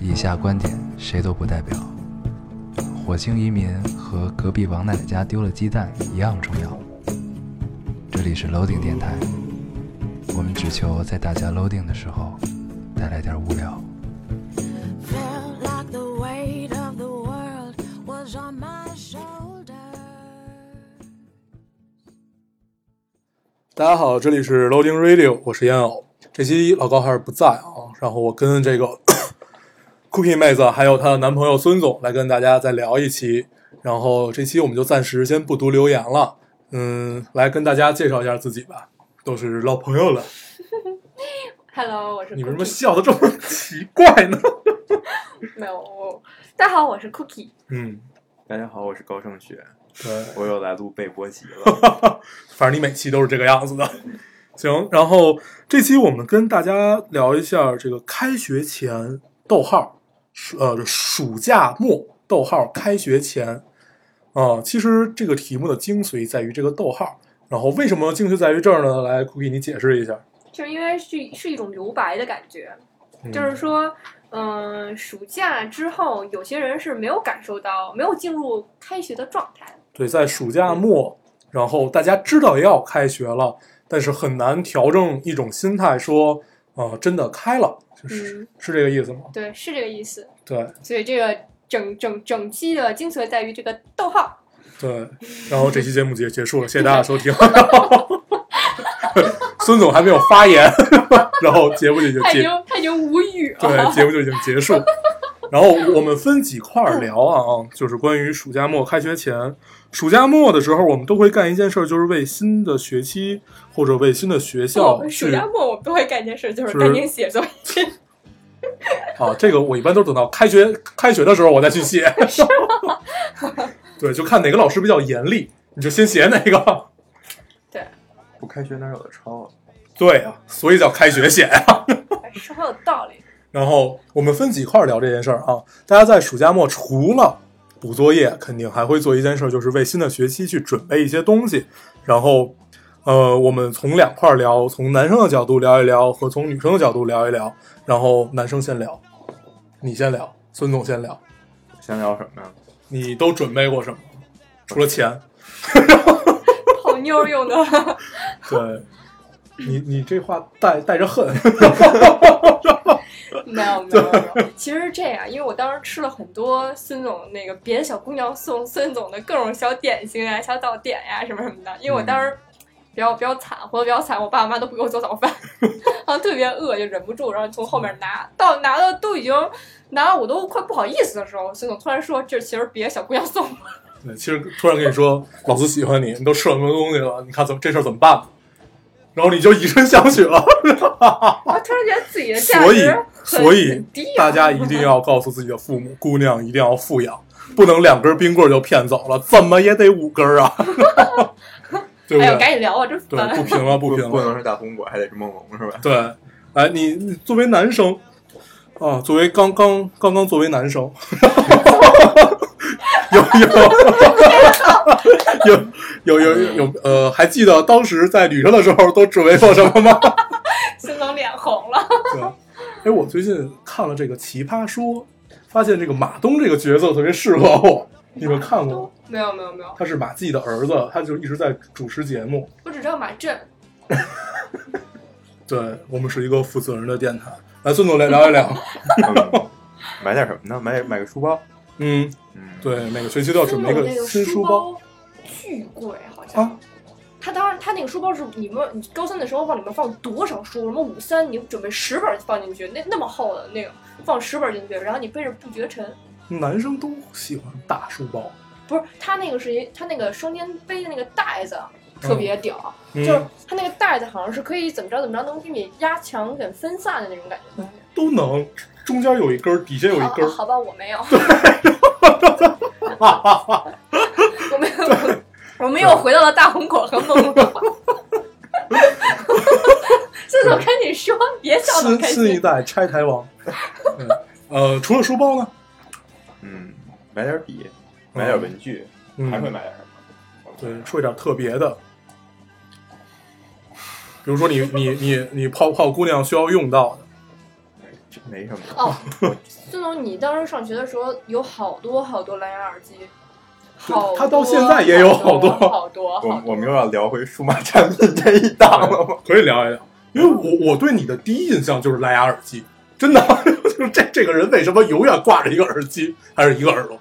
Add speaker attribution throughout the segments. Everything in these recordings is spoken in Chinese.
Speaker 1: 以下观点谁都不代表。火星移民和隔壁王奶奶家丢了鸡蛋一样重要。这里是 Loading 电台，我们只求在大家 Loading 的时候带来点无聊。
Speaker 2: Felt like the weight of the world was on my shoulders.
Speaker 3: 大家好，这里是 Loading Radio，我是烟偶。这期老高还是不在啊，然后我跟这个 Cookie 妹子还有她的男朋友孙总来跟大家再聊一期。然后这期我们就暂时先不读留言了，嗯，来跟大家介绍一下自己吧，都是老朋友了，
Speaker 4: Hello，我是
Speaker 3: 你为什么
Speaker 4: Cookie
Speaker 3: 笑的这么奇怪呢？
Speaker 4: 没有我？大家好，我是 Cookie。
Speaker 3: 嗯，
Speaker 5: 大家好，我是高胜雪，
Speaker 3: 对，
Speaker 5: 我又来录被波集 了。
Speaker 3: 反正你每期都是这个样子的。行，然后这期我们跟大家聊一下这个开学前逗号，暑呃暑假末逗号开学前啊、其实这个题目的精髓在于这个逗号。然后为什么精髓在于这儿呢？来，Cookie 你解释一下。
Speaker 4: 就是因为是是一种留白的感觉，
Speaker 3: 嗯
Speaker 4: 就是说，嗯、暑假之后，有些人是没有感受到，没有进入开学的状态。
Speaker 3: 对，在暑假末，然后大家知道要开学了，但是很难调整一种心态，说，呃，真的开了，就是、
Speaker 4: 嗯
Speaker 3: 是这个意思吗？
Speaker 4: 对，是这个意思。
Speaker 3: 对，
Speaker 4: 所以这个整整整期的精髓在于这个逗号。
Speaker 3: 对，然后这期节目结结束了，谢谢大家收 听。孙总还没有发言， 然后节目就已经
Speaker 4: 他已
Speaker 3: 结
Speaker 4: 经，他已经无语
Speaker 3: 对，
Speaker 4: 了。
Speaker 3: 节目就已经结 束。然后我们分几块儿聊啊，就是关于暑假末、开学前。暑假末的时候，我们都会干一件事儿，就是为新的学期或者为新的学校
Speaker 4: 我
Speaker 3: 去
Speaker 4: 暑假末我们都会干一件事，就是
Speaker 3: 是
Speaker 4: 赶紧写作业。
Speaker 3: 啊，这个我一般都等到开学开学的时候我再去 写。对，就看哪个老师比较严厉，你就先写哪个。
Speaker 5: 不开学哪有的抄啊？
Speaker 3: 对啊，所以叫开学写。
Speaker 4: 哎说好有道理。
Speaker 3: 然后我们分几块儿聊这件事儿啊。大家在暑假末除了补作业，肯定还会做一件事儿，就是为新的学期去准备一些东西。然后，呃，我们从两块儿聊，从男生的角度聊一聊，和从女生的角度聊一聊。然后男生先聊，你先聊，孙总先聊，
Speaker 5: 先聊什么呀？
Speaker 3: 你都准备过什么？除了钱，
Speaker 4: 泡妞用的，
Speaker 3: 对。你你这话带带着恨，
Speaker 4: 没有没有，没有， 其实是这样，因为我当时吃了很多孙总那个别的小姑娘送孙总的各种小点心啊、小糕点呀、什么什么的，因为我当
Speaker 3: 嗯
Speaker 4: 时比较比较惨，活得比较惨，我爸我妈都不给我做早 饭，然后特别饿就忍不住，然后从后
Speaker 3: 嗯
Speaker 4: 面拿到拿到都已经拿到我都快不好意思的时候，孙总突然说这其实别的小姑娘送的，
Speaker 3: 对，其实突然跟你说，老子喜欢你，你都吃了什么东西了？你看怎么这事儿怎么办吧？然后你就以身相许了。
Speaker 4: 我突然觉得自己的 价
Speaker 3: 所以
Speaker 4: 值，很
Speaker 3: 所以
Speaker 4: 很低啊
Speaker 3: 大家一定要告诉自己的父母，姑娘一定要富养，不能两根冰棍儿就骗走了，怎么也得五根儿啊， 对不
Speaker 4: 哎呦，
Speaker 3: 对？
Speaker 4: 赶紧聊啊，真
Speaker 3: 对，
Speaker 4: 烦
Speaker 3: 不。平了，不
Speaker 5: 不
Speaker 3: 平
Speaker 5: 不
Speaker 3: 了。
Speaker 5: 能是大红果，还得是梦龙是吧？
Speaker 3: 对，哎，你你作为男生啊，作为刚刚刚刚作为男生， 有有有有有有呃，还记得当时在女生的时候都准备过什么吗？
Speaker 4: 孙总脸红了，
Speaker 3: 对，哎，我最近看了这个《奇葩说》，发现这个马东这个角色特别适合我。你们看过吗？
Speaker 4: 没有没有没有，
Speaker 3: 他是马季的儿子，他就一直在主持节目。
Speaker 4: 我只知道马震。
Speaker 3: 对我们是一个负责任的电台。来，孙总来聊一聊。
Speaker 5: 嗯买点什么呢？买买个书包。
Speaker 3: 嗯，
Speaker 5: 嗯，，
Speaker 3: 对，每个学期都要准备一
Speaker 4: 那种那
Speaker 3: 个
Speaker 4: 个
Speaker 3: 新
Speaker 4: 书
Speaker 3: 书包。
Speaker 4: 巨贵，好像。
Speaker 3: 啊
Speaker 4: 他当然，他那个书包是你们你高三的时候往里面放多少书？什么五三，你准备十本放进去，那那么厚的那个放十本进去，然后你背着不觉沉。
Speaker 3: 男生都喜欢大书包。
Speaker 4: 不是，他那个是一，他那个双肩背的那个袋子特别屌，
Speaker 3: 嗯
Speaker 4: 就是他那个袋子好像是可以怎么着怎么着能给你压强给分散的那种感觉。
Speaker 3: 都能，中间有一根儿，底下嗯有一
Speaker 4: 啊
Speaker 3: 根
Speaker 4: 啊
Speaker 3: 儿。
Speaker 4: 好吧，我没有，我没有，我没有回到了大红果和梦梦。 这总赶紧说，别 笑得
Speaker 3: 新
Speaker 4: 开
Speaker 3: 新一
Speaker 4: 心。
Speaker 3: 代拆台王。嗯呃，除了书包呢？
Speaker 5: 嗯，买点笔，买点文具，
Speaker 3: 嗯
Speaker 5: 还会买点什么？
Speaker 3: 对，说一点特别的，比如说你你你你泡泡姑娘需要用到的，
Speaker 5: 这没什么。
Speaker 4: 哦，孙总，你当时上学的时候有好多好多蓝牙耳机，
Speaker 3: 对
Speaker 4: 好多
Speaker 3: 他到现在也有
Speaker 4: 好
Speaker 3: 好多
Speaker 4: 好多
Speaker 5: 我
Speaker 4: 好多。
Speaker 5: 我们又要聊回数码产品这一档了 吗？
Speaker 3: 可以聊一聊，因为我我对你的第一印象就是蓝牙耳机，真的， 就是这这个人为什么永远挂着一个耳机，还是一个耳朵？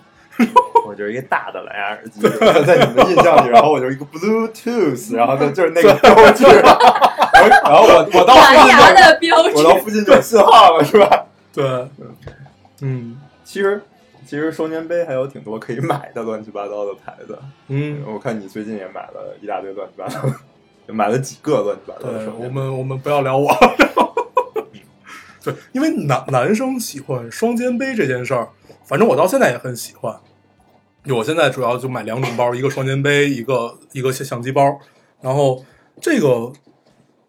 Speaker 5: 我就是一个大的蓝牙耳机，在你们印象里，然后我就是一个 Bluetooth，然后呢就是那个标 志，然后我我到附
Speaker 4: 蓝
Speaker 5: 近
Speaker 4: 牙
Speaker 5: 就
Speaker 4: 的标
Speaker 5: 我到
Speaker 4: 志，
Speaker 5: 附近就有信号了，是吧？
Speaker 3: 对，嗯
Speaker 5: 其实其实双肩背还有挺多可以买的乱七八糟的牌子，
Speaker 3: 嗯，
Speaker 5: 我看你最近也买了一大堆乱七八糟的， 买了几个乱七八糟的
Speaker 3: 对，
Speaker 5: 手机。
Speaker 3: 我们我们不要聊我。 对，因为男男生喜欢双肩背这件事儿，反正我到现在也很喜欢。我现在主要就买两种包，一个双肩背，一个一个相机包。然后这个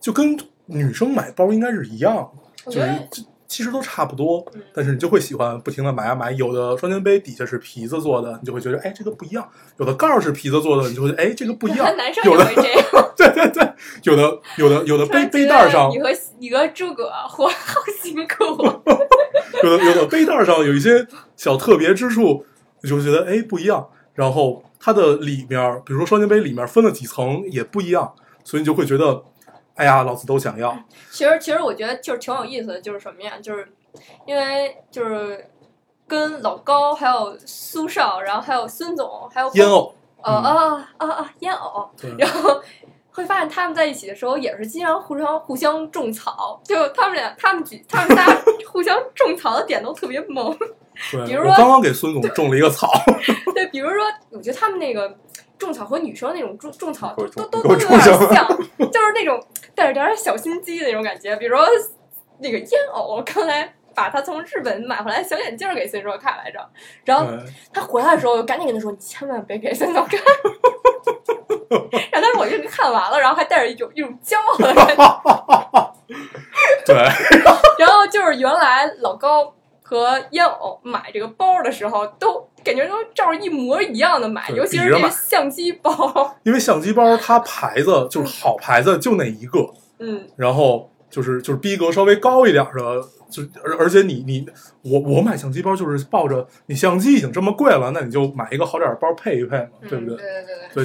Speaker 3: 就跟女生买包应该是一样，
Speaker 4: 我
Speaker 3: 就
Speaker 4: 觉
Speaker 3: 是
Speaker 4: 得
Speaker 3: 这其实都差不多
Speaker 4: 嗯，
Speaker 3: 但是你就会喜欢不停的买啊买。有的双肩背底下是皮子做的，你就会觉得哎这个不一样；有的盖儿是皮子做的，你就会觉得哎这个不一 样。
Speaker 4: 男生也
Speaker 3: 有的
Speaker 4: 会这样。
Speaker 3: 对对对，有的有的有的
Speaker 4: 突然
Speaker 3: 背
Speaker 4: 觉
Speaker 3: 背
Speaker 4: 得
Speaker 3: 带儿上
Speaker 4: 你，和你和诸葛活好辛苦。啊
Speaker 3: 有的有的背带儿上有一些小特别之处，你就会觉得哎不一样。然后它的里面儿，比如说双肩背里面分了几层也不一样，所以你就会觉得，哎呀，老子都想
Speaker 4: 哦
Speaker 3: 要。
Speaker 4: 其实其实我觉得就是挺有意思的，就是什么呀？就是因为就是跟老高还有苏少，然后还有孙总，还有
Speaker 3: 烟偶，嗯
Speaker 4: 呃啊啊啊烟偶，
Speaker 3: 对
Speaker 4: 然后会发现他们在一起的时候也是经常互相互相种草，就他们俩他们几他们仨 互相种草的点都特别萌。比
Speaker 3: 对，
Speaker 4: 如
Speaker 3: 我
Speaker 4: 说
Speaker 3: 刚刚给孙总种了一个草，
Speaker 4: 对，比如说我觉得他们那个种草和女生那种种种草
Speaker 5: 给
Speaker 4: 都
Speaker 5: 我种
Speaker 4: 都都
Speaker 5: 给
Speaker 4: 都
Speaker 5: 我
Speaker 4: 有点
Speaker 5: 种上了
Speaker 4: 像，就是那种带着点儿小心机的那种感觉。比如说那个烟偶，刚才把他从日本买回来的小眼镜儿给孙硕看来着，然后
Speaker 3: 对
Speaker 4: 他回来的时候，我就赶紧跟他说：“你千万别给孙总看。” 然后当时我就看完了，然后还带着一种一种骄傲的感觉。
Speaker 3: 对，
Speaker 4: 然后就是原来老高和烟偶买这个包的时候，都感觉都照着一模一样的买，
Speaker 3: 对
Speaker 4: 尤其
Speaker 3: 比
Speaker 4: 是
Speaker 3: 着
Speaker 4: 这个
Speaker 3: 买
Speaker 4: 相机包。
Speaker 3: 因为相机包它牌子就是好牌子就那一个，
Speaker 4: 嗯，
Speaker 3: 然后就是就是逼格稍微高一点儿的，就而而且你你我我买相机包就是抱着你相机已经这么贵了，那你就买一个好点儿包配一配嘛，对不
Speaker 4: 嗯
Speaker 3: 对？
Speaker 4: 对？对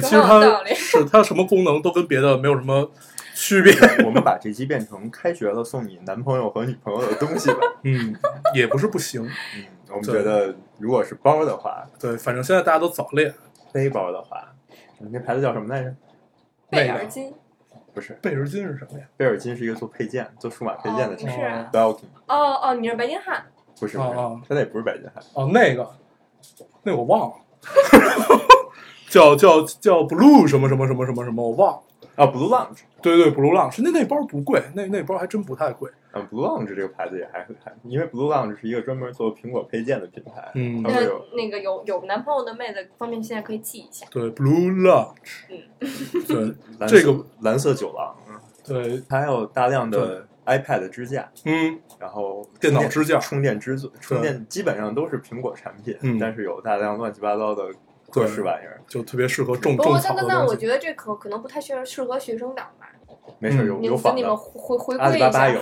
Speaker 3: 对，
Speaker 4: 对
Speaker 3: 其
Speaker 4: 挺
Speaker 3: 实
Speaker 4: 有道
Speaker 3: 它
Speaker 4: 理。
Speaker 3: 是它什么功能都跟别的没有什么区别，
Speaker 5: 呃 我们把这期变成开学了送你男朋友和女朋友的东西吧。
Speaker 3: 嗯，也不是不行。
Speaker 5: 嗯，我们
Speaker 3: 对
Speaker 5: 觉得如果是包的话，
Speaker 3: 对，反正现在大家都早恋，
Speaker 5: 背包的话，你那牌子叫什么来着？
Speaker 4: 贝
Speaker 3: 那个
Speaker 4: 尔金
Speaker 5: 不是，
Speaker 3: 贝尔金是什么呀？
Speaker 5: 贝尔金是一个做配件、做数码配件的
Speaker 4: 哦
Speaker 5: 厂
Speaker 4: 不是啊
Speaker 5: 商。Belkin
Speaker 4: 哦哦，你是白金汉，
Speaker 5: 不是，
Speaker 3: 哦
Speaker 5: 不是
Speaker 3: 哦，
Speaker 5: 它那也不是白金汉，
Speaker 3: 哦，那个，那个我忘了， 叫叫叫 blue 什么什么什么什么什么，我忘了。
Speaker 5: 啊，Blue Lounge
Speaker 3: 对对，blue lounge 那那包不贵，那那包还真不太贵。
Speaker 5: 啊，Blue Lounge 这个牌子也还还，因为 Blue Lounge 是一个专门做苹果配件的品牌，
Speaker 3: 嗯
Speaker 5: 它
Speaker 4: 那
Speaker 5: 会有
Speaker 4: 那个有有男朋友的妹子，方便现在可以记一下。
Speaker 3: 对，Blue Lounge，
Speaker 4: 嗯
Speaker 3: 对
Speaker 5: 蓝
Speaker 3: 这
Speaker 5: 色
Speaker 3: 个
Speaker 5: 蓝色酒廊，嗯
Speaker 3: 对，
Speaker 5: 它还有大量的 iPad 支架，
Speaker 3: 嗯，
Speaker 5: 然后
Speaker 3: 电脑
Speaker 5: 充
Speaker 3: 支架
Speaker 5: 充电支座、充电基本上都是苹果产品，
Speaker 3: 嗯
Speaker 5: 但是有大量乱七八糟的各式玩意儿。
Speaker 3: 就特别适合种
Speaker 4: 不
Speaker 3: 种
Speaker 4: 过
Speaker 3: 草
Speaker 4: 但
Speaker 3: 的
Speaker 4: 但但，
Speaker 3: 东
Speaker 4: 我
Speaker 3: 西。
Speaker 4: 觉得这可可能不太适合适合学生党吧。
Speaker 5: 没事，
Speaker 3: 嗯
Speaker 5: 有
Speaker 4: 你
Speaker 5: 有
Speaker 4: 们
Speaker 5: 仿
Speaker 4: 你
Speaker 5: 的
Speaker 4: 们，回回
Speaker 5: 阿
Speaker 4: 归
Speaker 5: 里
Speaker 4: 一
Speaker 5: 巴
Speaker 4: 下，
Speaker 5: 巴有。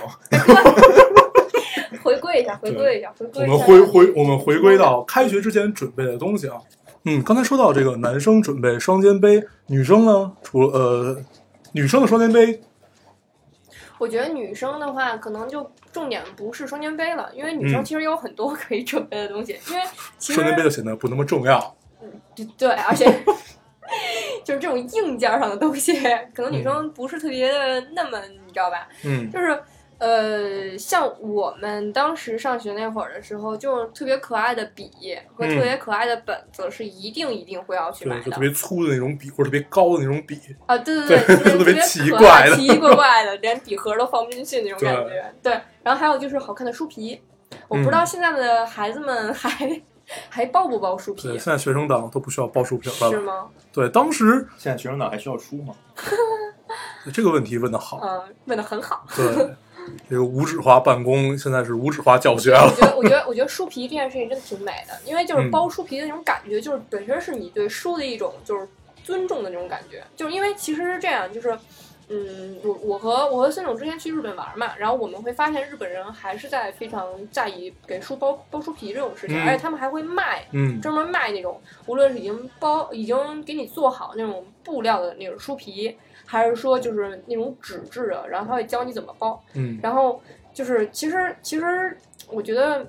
Speaker 4: 回归一下，回归一下，回
Speaker 3: 我
Speaker 4: 归一下。
Speaker 3: 们回回我们回归到开学之前准备的东西啊。嗯，刚才说到这个男生准备双肩背，女生呢，除了呃，女生的双肩背，
Speaker 4: 我觉得女生的话，可能就重点不是双肩背了，因为女生
Speaker 3: 嗯
Speaker 4: 其实有很多可以准备的东西，因为其实
Speaker 3: 双肩背就显得不那么重要。
Speaker 4: 对对，而且 就是这种硬件上的东西，可
Speaker 5: 嗯
Speaker 4: 能女生不是特别的那么，你知道吧？
Speaker 3: 嗯
Speaker 4: 就是呃，像我们当时上学那会儿的时候，就是特别可爱的笔和特别可爱的本子是一定一定会要去
Speaker 3: 嗯
Speaker 4: 买
Speaker 3: 对，
Speaker 4: 的，
Speaker 3: 就特别粗的那种笔，或者特别高的那种笔。
Speaker 4: 啊，对对
Speaker 3: 对
Speaker 4: 对，就是
Speaker 3: 特别奇
Speaker 4: 可
Speaker 3: 怪
Speaker 4: 爱
Speaker 3: 的
Speaker 4: 奇奇怪怪的，连笔盒都放不进去那种
Speaker 3: 对嗯
Speaker 4: 感觉。对，然后还有就是好看的书皮，我不知道现在的孩子们还、 还包不包书
Speaker 3: 对，
Speaker 4: 皮啊
Speaker 3: 现，在学生党都不需要报书评
Speaker 4: 是
Speaker 3: 了。
Speaker 4: 吗？
Speaker 3: 对，当时
Speaker 5: 现在学生党还需要书吗？
Speaker 3: 这个问题问的好。
Speaker 4: 嗯，问的很好。
Speaker 3: 对，这个无纸化办公现在是无纸化教学了
Speaker 4: 我。觉得，我觉得，我觉得书皮这件事情真的挺美的，因为就是
Speaker 3: 嗯
Speaker 4: 包书皮的那种感觉，就是本身是你对书的一种就是尊重的那种感觉，就是因为其实是这样，就是。嗯，我我和我和孙总之前去日本玩嘛，然后我们会发现日本人还是在非常在意给书包包书皮这种事情，
Speaker 3: 嗯
Speaker 4: 而且他们还会卖，
Speaker 3: 嗯
Speaker 4: 专门卖那种无论是已经包已经给你做好那种布料的那种书皮，还是说就是那种纸质的，然后他会教你怎么包。
Speaker 3: 嗯
Speaker 4: 然后就是其实其实我觉得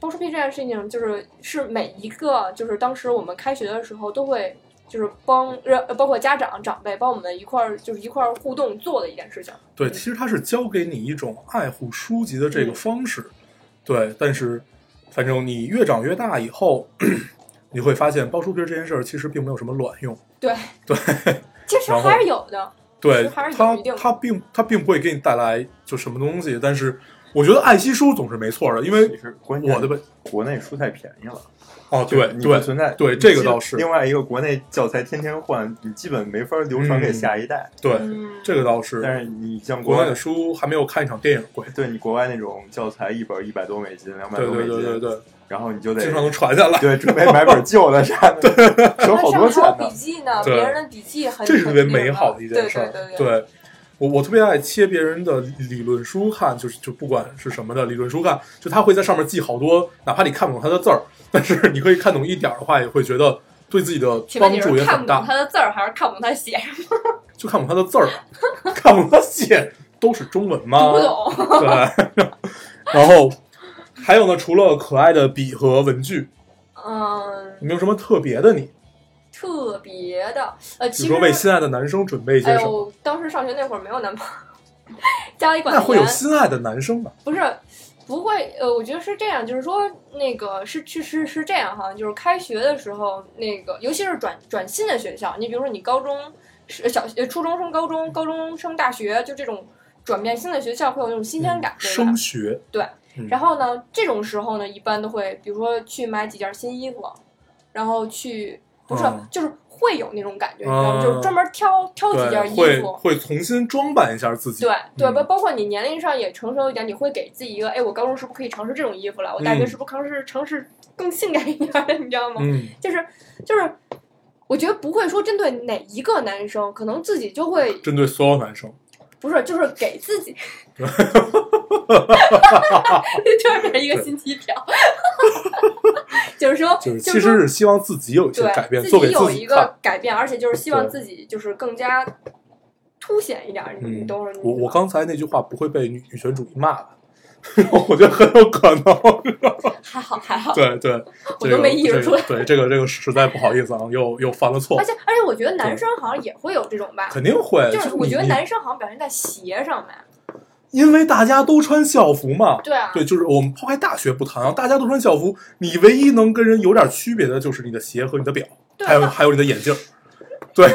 Speaker 4: 包书皮这件事情，就是是每一个就是当时我们开学的时候都会。就是帮呃，包括家长长辈帮我们一块儿，就是一块儿互动做的一件事情。
Speaker 3: 对，其实它是教给你一种爱护书籍的这
Speaker 4: 嗯
Speaker 3: 个方式，对。但是，反正你越长越大以后， 你会发现包书皮这件事儿其实并没有什么卵用。
Speaker 4: 对
Speaker 3: 对
Speaker 4: 其实
Speaker 3: 然后
Speaker 4: 还是有的，
Speaker 3: 对，
Speaker 4: 还是有
Speaker 3: 它
Speaker 4: 一定
Speaker 3: 它并它并不会给你带来就什么东西，但是我觉得爱惜书总是没错的，因为
Speaker 5: 其实关键
Speaker 3: 我的本
Speaker 5: 国内书太便宜了，
Speaker 3: 哦
Speaker 5: 就是
Speaker 3: 对
Speaker 5: 你不
Speaker 3: 对
Speaker 5: 存在
Speaker 3: 对
Speaker 5: 你
Speaker 3: 这个
Speaker 5: 基
Speaker 3: 倒是
Speaker 5: 另外一个国内教材天天换，你基本没法流传给
Speaker 3: 嗯
Speaker 5: 下一代。
Speaker 3: 对，
Speaker 4: 嗯，
Speaker 3: 这个倒是。
Speaker 5: 但是你像
Speaker 3: 国
Speaker 5: 国
Speaker 3: 外
Speaker 5: 外
Speaker 3: 的书还没有看一场电影贵，
Speaker 5: 对你国外那种教材一本一百多美金，两百
Speaker 3: 对
Speaker 5: 多美
Speaker 3: 对
Speaker 5: 金，
Speaker 3: 对对对，
Speaker 5: 然后你就得
Speaker 3: 经常能传下来。
Speaker 5: 对准备买本旧的啥的，省
Speaker 4: 那
Speaker 5: 好
Speaker 4: 上
Speaker 5: 多
Speaker 4: 面还
Speaker 5: 钱
Speaker 4: 有
Speaker 5: 呢
Speaker 4: 笔。记呢，
Speaker 3: 对
Speaker 4: 别人的笔记很
Speaker 3: 这是特别美好的一件事儿。
Speaker 4: 很厉害对对对
Speaker 3: 对我我特别爱切别人的理论书看，就是就不管是什么的理论书看，就他会在上面记好多，哪怕你看不懂他的字儿，但是你可以看懂一点儿的话，也会觉得对自己的
Speaker 4: 去问
Speaker 3: 帮
Speaker 4: 你
Speaker 3: 助
Speaker 4: 是
Speaker 3: 也
Speaker 4: 看
Speaker 3: 很
Speaker 4: 不懂
Speaker 3: 大。
Speaker 4: 他的字儿，还是看不懂他写，
Speaker 3: 就看不懂他的字儿， 看不懂他写都是中文吗？
Speaker 4: 读不懂。
Speaker 3: 对，然后还有呢，除了可爱的笔和文具，
Speaker 4: 嗯，
Speaker 3: 有没有什么特别的你？
Speaker 4: 特别的，呃，
Speaker 3: 比
Speaker 4: 其
Speaker 3: 如说为
Speaker 4: 实
Speaker 3: 心爱的男生准备一些
Speaker 4: 哎
Speaker 3: 什么？
Speaker 4: 呦，当时上学那会儿没有男朋友， 家里管
Speaker 3: 那
Speaker 4: 得
Speaker 3: 会
Speaker 4: 严
Speaker 3: 有，心爱的男生吧？
Speaker 4: 不是。不会，呃，我觉得是这样，就是说，那个是是是是这样哈，就是开学的时候，那个尤其是转转新的学校，你比如说你高中是小呃初中升高中，高中升大学，就这种转变新的学校会有那种新鲜感，对吧？
Speaker 3: 升学，嗯
Speaker 4: 然后呢，这种时候呢，一般都会，比如说去买几件新衣服，然后去，不是，
Speaker 3: 嗯
Speaker 4: 就是会有那种感觉，你知道吗？
Speaker 3: 嗯
Speaker 4: 就是专门挑挑几件
Speaker 3: 对，
Speaker 4: 衣
Speaker 3: 会
Speaker 4: 服。
Speaker 3: 会重新装扮一下自己。
Speaker 4: 对对，
Speaker 3: 嗯
Speaker 4: 包、包括你年龄上也成熟一点，你会给自己一个，哎，我高中是不是可以尝试这种衣服了？我大学
Speaker 3: 嗯
Speaker 4: 是不是尝试尝试更性感一点的，你知道吗？
Speaker 3: 嗯，
Speaker 4: 就是就是，我觉得不会说针对哪一个男生，可能自己就会
Speaker 3: 针对所有男生，
Speaker 4: 不是，就是给自 己，就是一个新机票， 就是说，
Speaker 3: 就是
Speaker 4: 就
Speaker 3: 其
Speaker 4: 说
Speaker 3: 实是希望自己有一些
Speaker 4: 对
Speaker 3: 改变，
Speaker 4: 自
Speaker 3: 做给
Speaker 4: 己有
Speaker 3: 自
Speaker 4: 一
Speaker 3: 己
Speaker 4: 个
Speaker 3: 看。
Speaker 4: 改变，而且就是希望
Speaker 3: 对
Speaker 4: 自己就是更加凸显一点儿，你
Speaker 3: 嗯
Speaker 4: 你懂我意思吗？
Speaker 3: 我我刚才那句话不会被女女权主义骂吧？ 我觉得很有可能，
Speaker 4: 还好还好，
Speaker 3: 对对，
Speaker 4: 我
Speaker 3: 这
Speaker 4: 都
Speaker 3: 个
Speaker 4: 没意识出来。
Speaker 3: 这个对，这个这个实在不好意思啊，又又犯了错
Speaker 4: 而，且而且，我觉得男生好像也会有这种吧，
Speaker 3: 肯定会。
Speaker 4: 就是我
Speaker 3: 你
Speaker 4: 觉得
Speaker 3: 你
Speaker 4: 男生好像表现在鞋上吧，
Speaker 3: 因为大家都穿校服嘛，
Speaker 4: 对啊，
Speaker 3: 对，就是我们抛开大学不谈啊，大家都穿校服，你唯一能跟人有点区别的就是你的鞋和你的表，
Speaker 4: 对
Speaker 3: 还有
Speaker 4: 那
Speaker 3: 还有你的眼镜儿，对，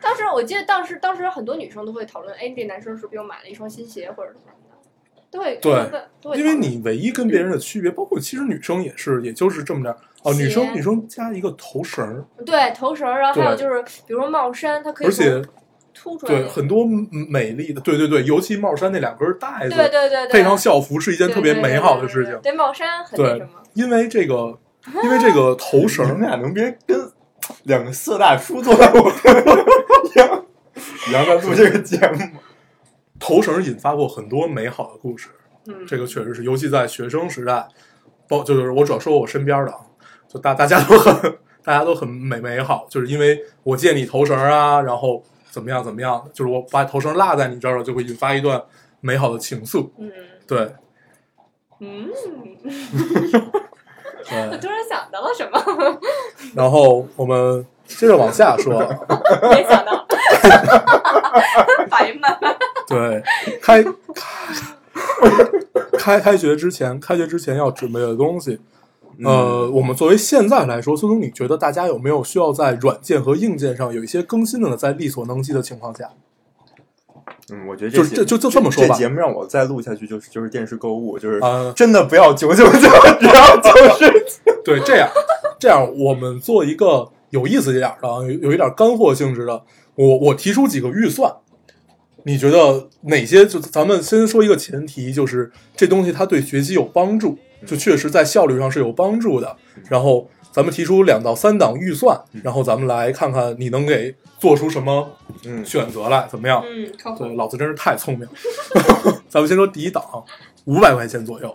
Speaker 4: 当时我记得当时当时很多女生都会讨论，哎，这男生是不是又买了一双新鞋或者什么的，都会
Speaker 3: 对
Speaker 4: 都会
Speaker 3: 因为
Speaker 4: 讨论
Speaker 3: 你唯一跟别人的区别，包括其实女生也是，也就是这么点儿哦，
Speaker 4: 鞋
Speaker 3: 女生女生加一个头绳儿，
Speaker 4: 对头绳儿，然后还有
Speaker 3: 对
Speaker 4: 就是比如说帽衫，它可以
Speaker 3: 而且
Speaker 4: 从凸出来那
Speaker 3: 对
Speaker 4: 个，
Speaker 3: 很多美丽的，对对对，尤其帽衫那两根带子
Speaker 4: 对对对对，
Speaker 3: 配上校服是一件特别美好的事
Speaker 4: 对对对对
Speaker 3: 情
Speaker 4: 对，对帽衫很那
Speaker 3: 对
Speaker 4: 什么，
Speaker 3: 因为这个，因为这个头绳
Speaker 5: 你们
Speaker 3: 儿，
Speaker 5: 啊俩能别跟两个色大叔坐在我对面，聊咱录这个节目吗？
Speaker 3: 头绳儿引发过很多美好的故事，
Speaker 4: 嗯，
Speaker 3: 这个确实是，尤其在学生时代，包就是我主要说我身边的啊，就大大家都很大家都很美美好，就是因为我借你头绳啊，然后怎么样怎么样，就是我把头绳落在你这儿了，就会引发一段美好的情愫。
Speaker 4: 嗯
Speaker 3: 对，
Speaker 4: 嗯，我
Speaker 3: 对。
Speaker 4: 突然想到了什么，
Speaker 3: 然后我们接着往下说啊，
Speaker 4: 没 想到，白慢慢，
Speaker 3: 对，开 开开开学之前，开学之前要准备的东西，呃，我们作为现在来说，孙总，你觉得大家有没有需要在软件和硬件上有一些更新的呢？在力所能及的情况下，
Speaker 5: 嗯，我觉得
Speaker 3: 就是
Speaker 5: 节
Speaker 3: 就就就这么说吧
Speaker 5: 这节目让我再录下去，就是就是电视购物，就是
Speaker 3: 啊
Speaker 5: 真的不要九九九，只要就是
Speaker 3: 对，这样这样，我们做一个有意思一点的啊，有有一点干货性质的，我我提出几个预算，你觉得哪些？就咱们先说一个前提，就是这东西它对学习有帮助，就确实在效率上是有帮助的。然后咱们提出两到三档预算，然后咱们来看看你能给做出什么
Speaker 5: 嗯，
Speaker 3: 选择来，怎么样？
Speaker 4: 嗯，靠谱
Speaker 3: 对，。老子真是太聪明。 咱们先说第一档，五百块钱左右，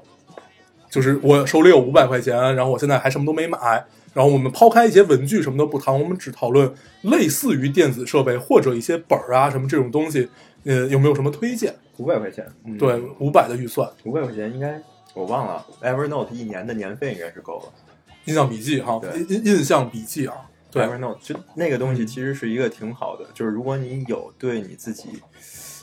Speaker 3: 就是我手里有五百块钱，然后我现在还什么都没买。然后我们抛开一些文具什么都不谈，我们只讨论类似于电子设备或者一些本儿啊什么这种东西，呃，有没有什么推荐？
Speaker 5: 五百块钱，嗯
Speaker 3: 对，，五百的预算，
Speaker 5: 五百块钱应该我忘了，Evernote 一年的年费应该是够了。
Speaker 3: 印象笔记哈，
Speaker 5: 对
Speaker 3: 印印印象笔记啊，对，
Speaker 5: Evernote 就那个东西其实是一个挺好的，就是如果你有对你自己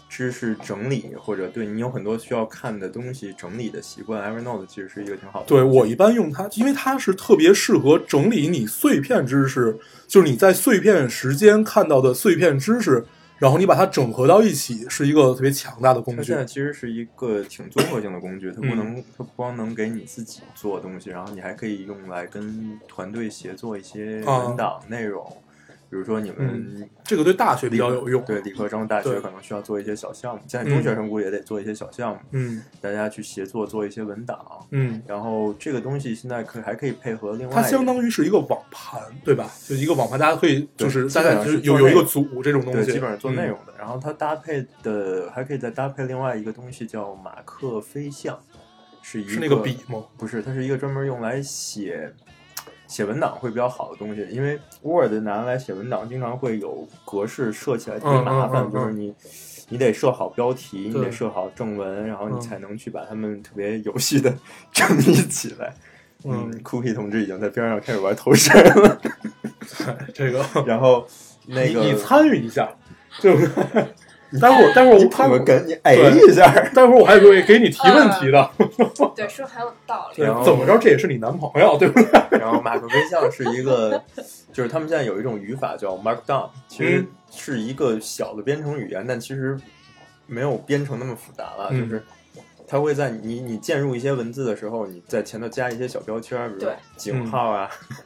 Speaker 5: 知识整理或者对你有很多需要看的东西整理的习惯，Evernote 其实是一个挺好的。
Speaker 3: 对我一般用它，因为它是特别适合整理你碎片知识，就是你在碎片时间看到的碎片知识，然后你把它整合到一起，是一个特别强大的工
Speaker 5: 它
Speaker 3: 具
Speaker 5: 现。在其实是一个挺综合性的工具，它不
Speaker 3: 嗯
Speaker 5: 能，它不光能给你自己做东西，然后你还可以用来跟团队协作一些
Speaker 3: 啊嗯
Speaker 5: 文档内容，比如说你们
Speaker 3: 这个对大学比
Speaker 5: 理
Speaker 3: 较有用。
Speaker 5: 对，理科生大
Speaker 3: 对
Speaker 5: 学可能需要做一些小项目，现在中学生估计也得做一些小项目，
Speaker 3: 嗯
Speaker 5: 大家去协作做一些文档。
Speaker 3: 嗯，
Speaker 5: 然后这个东西现在可还可以配合另外一
Speaker 3: 它
Speaker 5: 个，
Speaker 3: 相当于是一个网盘，对吧？就一个网盘，大家可以
Speaker 5: 对
Speaker 3: 就是
Speaker 5: 基
Speaker 3: 大
Speaker 5: 本
Speaker 3: 家
Speaker 5: 上
Speaker 3: 就是有有
Speaker 5: 做
Speaker 3: 一
Speaker 5: 内
Speaker 3: 个
Speaker 5: 容
Speaker 3: 组这种东
Speaker 5: 对，
Speaker 3: 西，
Speaker 5: 基本上做
Speaker 3: 嗯
Speaker 5: 内容的。然后它搭配的还可以再搭配另外一个东西叫马克飞象，是一
Speaker 3: 嗯是那个笔吗？
Speaker 5: 不是，它是一个专门用来写写文档会比较好的东西，因为 Word 拿来写文档经常会有格式设起来特别麻
Speaker 3: 嗯嗯
Speaker 5: 烦，
Speaker 3: 嗯嗯
Speaker 5: 就是你你得设好标题，你
Speaker 3: 对
Speaker 5: 得设好正文，然后
Speaker 3: 嗯
Speaker 5: 你才能去把它们特别有序的 整理起来。
Speaker 3: 嗯
Speaker 5: ，Cookie 同志已经在边上开始玩投射了，
Speaker 3: 这个
Speaker 5: 然后 那个
Speaker 3: 你你参与一下，对 不对？你待会儿待会儿我
Speaker 5: 你
Speaker 3: 待
Speaker 5: 怎
Speaker 3: 会
Speaker 5: 么
Speaker 3: 儿
Speaker 5: 跟你哎
Speaker 3: 对
Speaker 5: 一下？
Speaker 3: 待会儿我还会给你提问题的。
Speaker 5: 呃
Speaker 4: 对，说很有道理
Speaker 3: 对。
Speaker 5: 然，后
Speaker 3: 怎么着这也是你男朋友，对不对？
Speaker 5: 然后马克微象是一个，就是他们现在有一种语法叫 Markdown，其实
Speaker 3: 嗯
Speaker 5: 是一个小的编程语言，但其实没有编程那么复杂了，
Speaker 3: 嗯
Speaker 5: 就是。它会在你你键入一些文字的时候，你在前头加一些小标签儿，比如说
Speaker 4: 对
Speaker 5: 井号啊，
Speaker 3: 嗯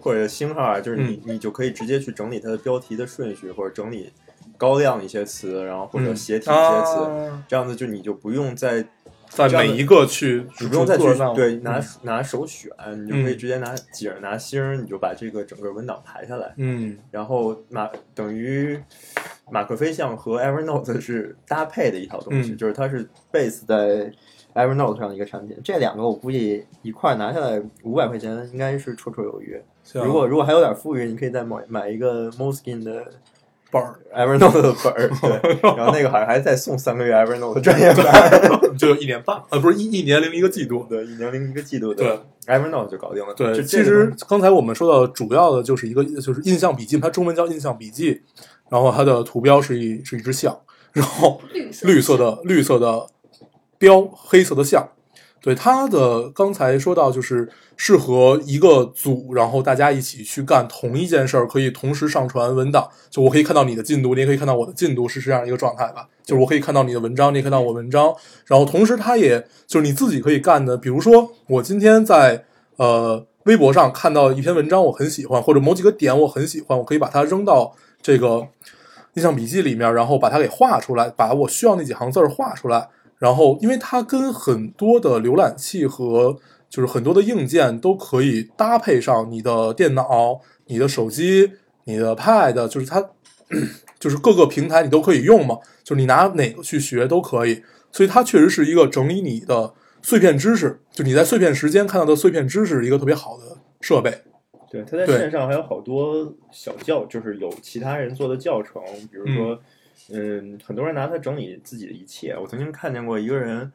Speaker 5: 或者星号啊，就是你、你就可以直接去整理它的标题的顺序，或者整理高亮一些词，然后或者斜体一些词，
Speaker 3: 嗯啊
Speaker 5: 这样子就你就不用再
Speaker 3: 在每一个去
Speaker 5: 你不用再去
Speaker 3: 做那
Speaker 5: 对拿拿手选，你就可以
Speaker 3: 嗯
Speaker 5: 直接拿挤着拿星儿，你就把这个整个文档排下来。
Speaker 3: 嗯
Speaker 5: 然后马等于马克飞象和 Evernote 是搭配的一套东西，
Speaker 3: 嗯
Speaker 5: 就是它是 base 在 Evernote 上的一个产品。这两个我估计一块儿拿下来五百块钱应该是绰绰有余。
Speaker 3: 行
Speaker 5: 如果如果还有点富裕，你可以再买买一个 Moleskine 的
Speaker 3: 本儿
Speaker 5: Evernote 的本儿， 对，然后那个好像还再送三个月 Evernote 的专业版。
Speaker 3: 就一年半呃不是一一年零一个季度。
Speaker 5: 对，一年零一个季度
Speaker 3: 对
Speaker 5: 的 Evernote 就搞定了。
Speaker 3: 对，
Speaker 5: 这
Speaker 3: 其实刚才我们说到的主要的就是一个就是印象笔记，它中文叫印象笔记，然后它的图标是一是一只象，然后
Speaker 4: 绿色
Speaker 3: 绿色的绿色的标，黑色的象。对它的刚才说到，就是适合一个组，然后大家一起去干同一件事儿，可以同时上传文档。就我可以看到你的进度，你也可以看到我的进度，是这样一个状态吧？就是我可以看到你的文章，你也看到我文章。然后同时，它也就是你自己可以干的，比如说我今天在呃微博上看到一篇文章，我很喜欢，或者某几个点我很喜欢，我可以把它扔到这个印象笔记里面，然后把它给画出来，把我需要那几行字儿画出来。然后，因为它跟很多的浏览器和就是很多的硬件都可以搭配上你的电脑、你的手机、你的 Pad，就是它 就是各个平台你都可以用嘛，就是你拿哪个去学都可以。所以它确实是一个整理你的碎片知识，就你在碎片时间看到的碎片知识一个特别好的设备。
Speaker 5: 对，它在
Speaker 3: 对
Speaker 5: 线上还有好多小教，就是有其他人做的教程，比如说，嗯很多人拿它整理自己的一切。我曾经看见过一个人，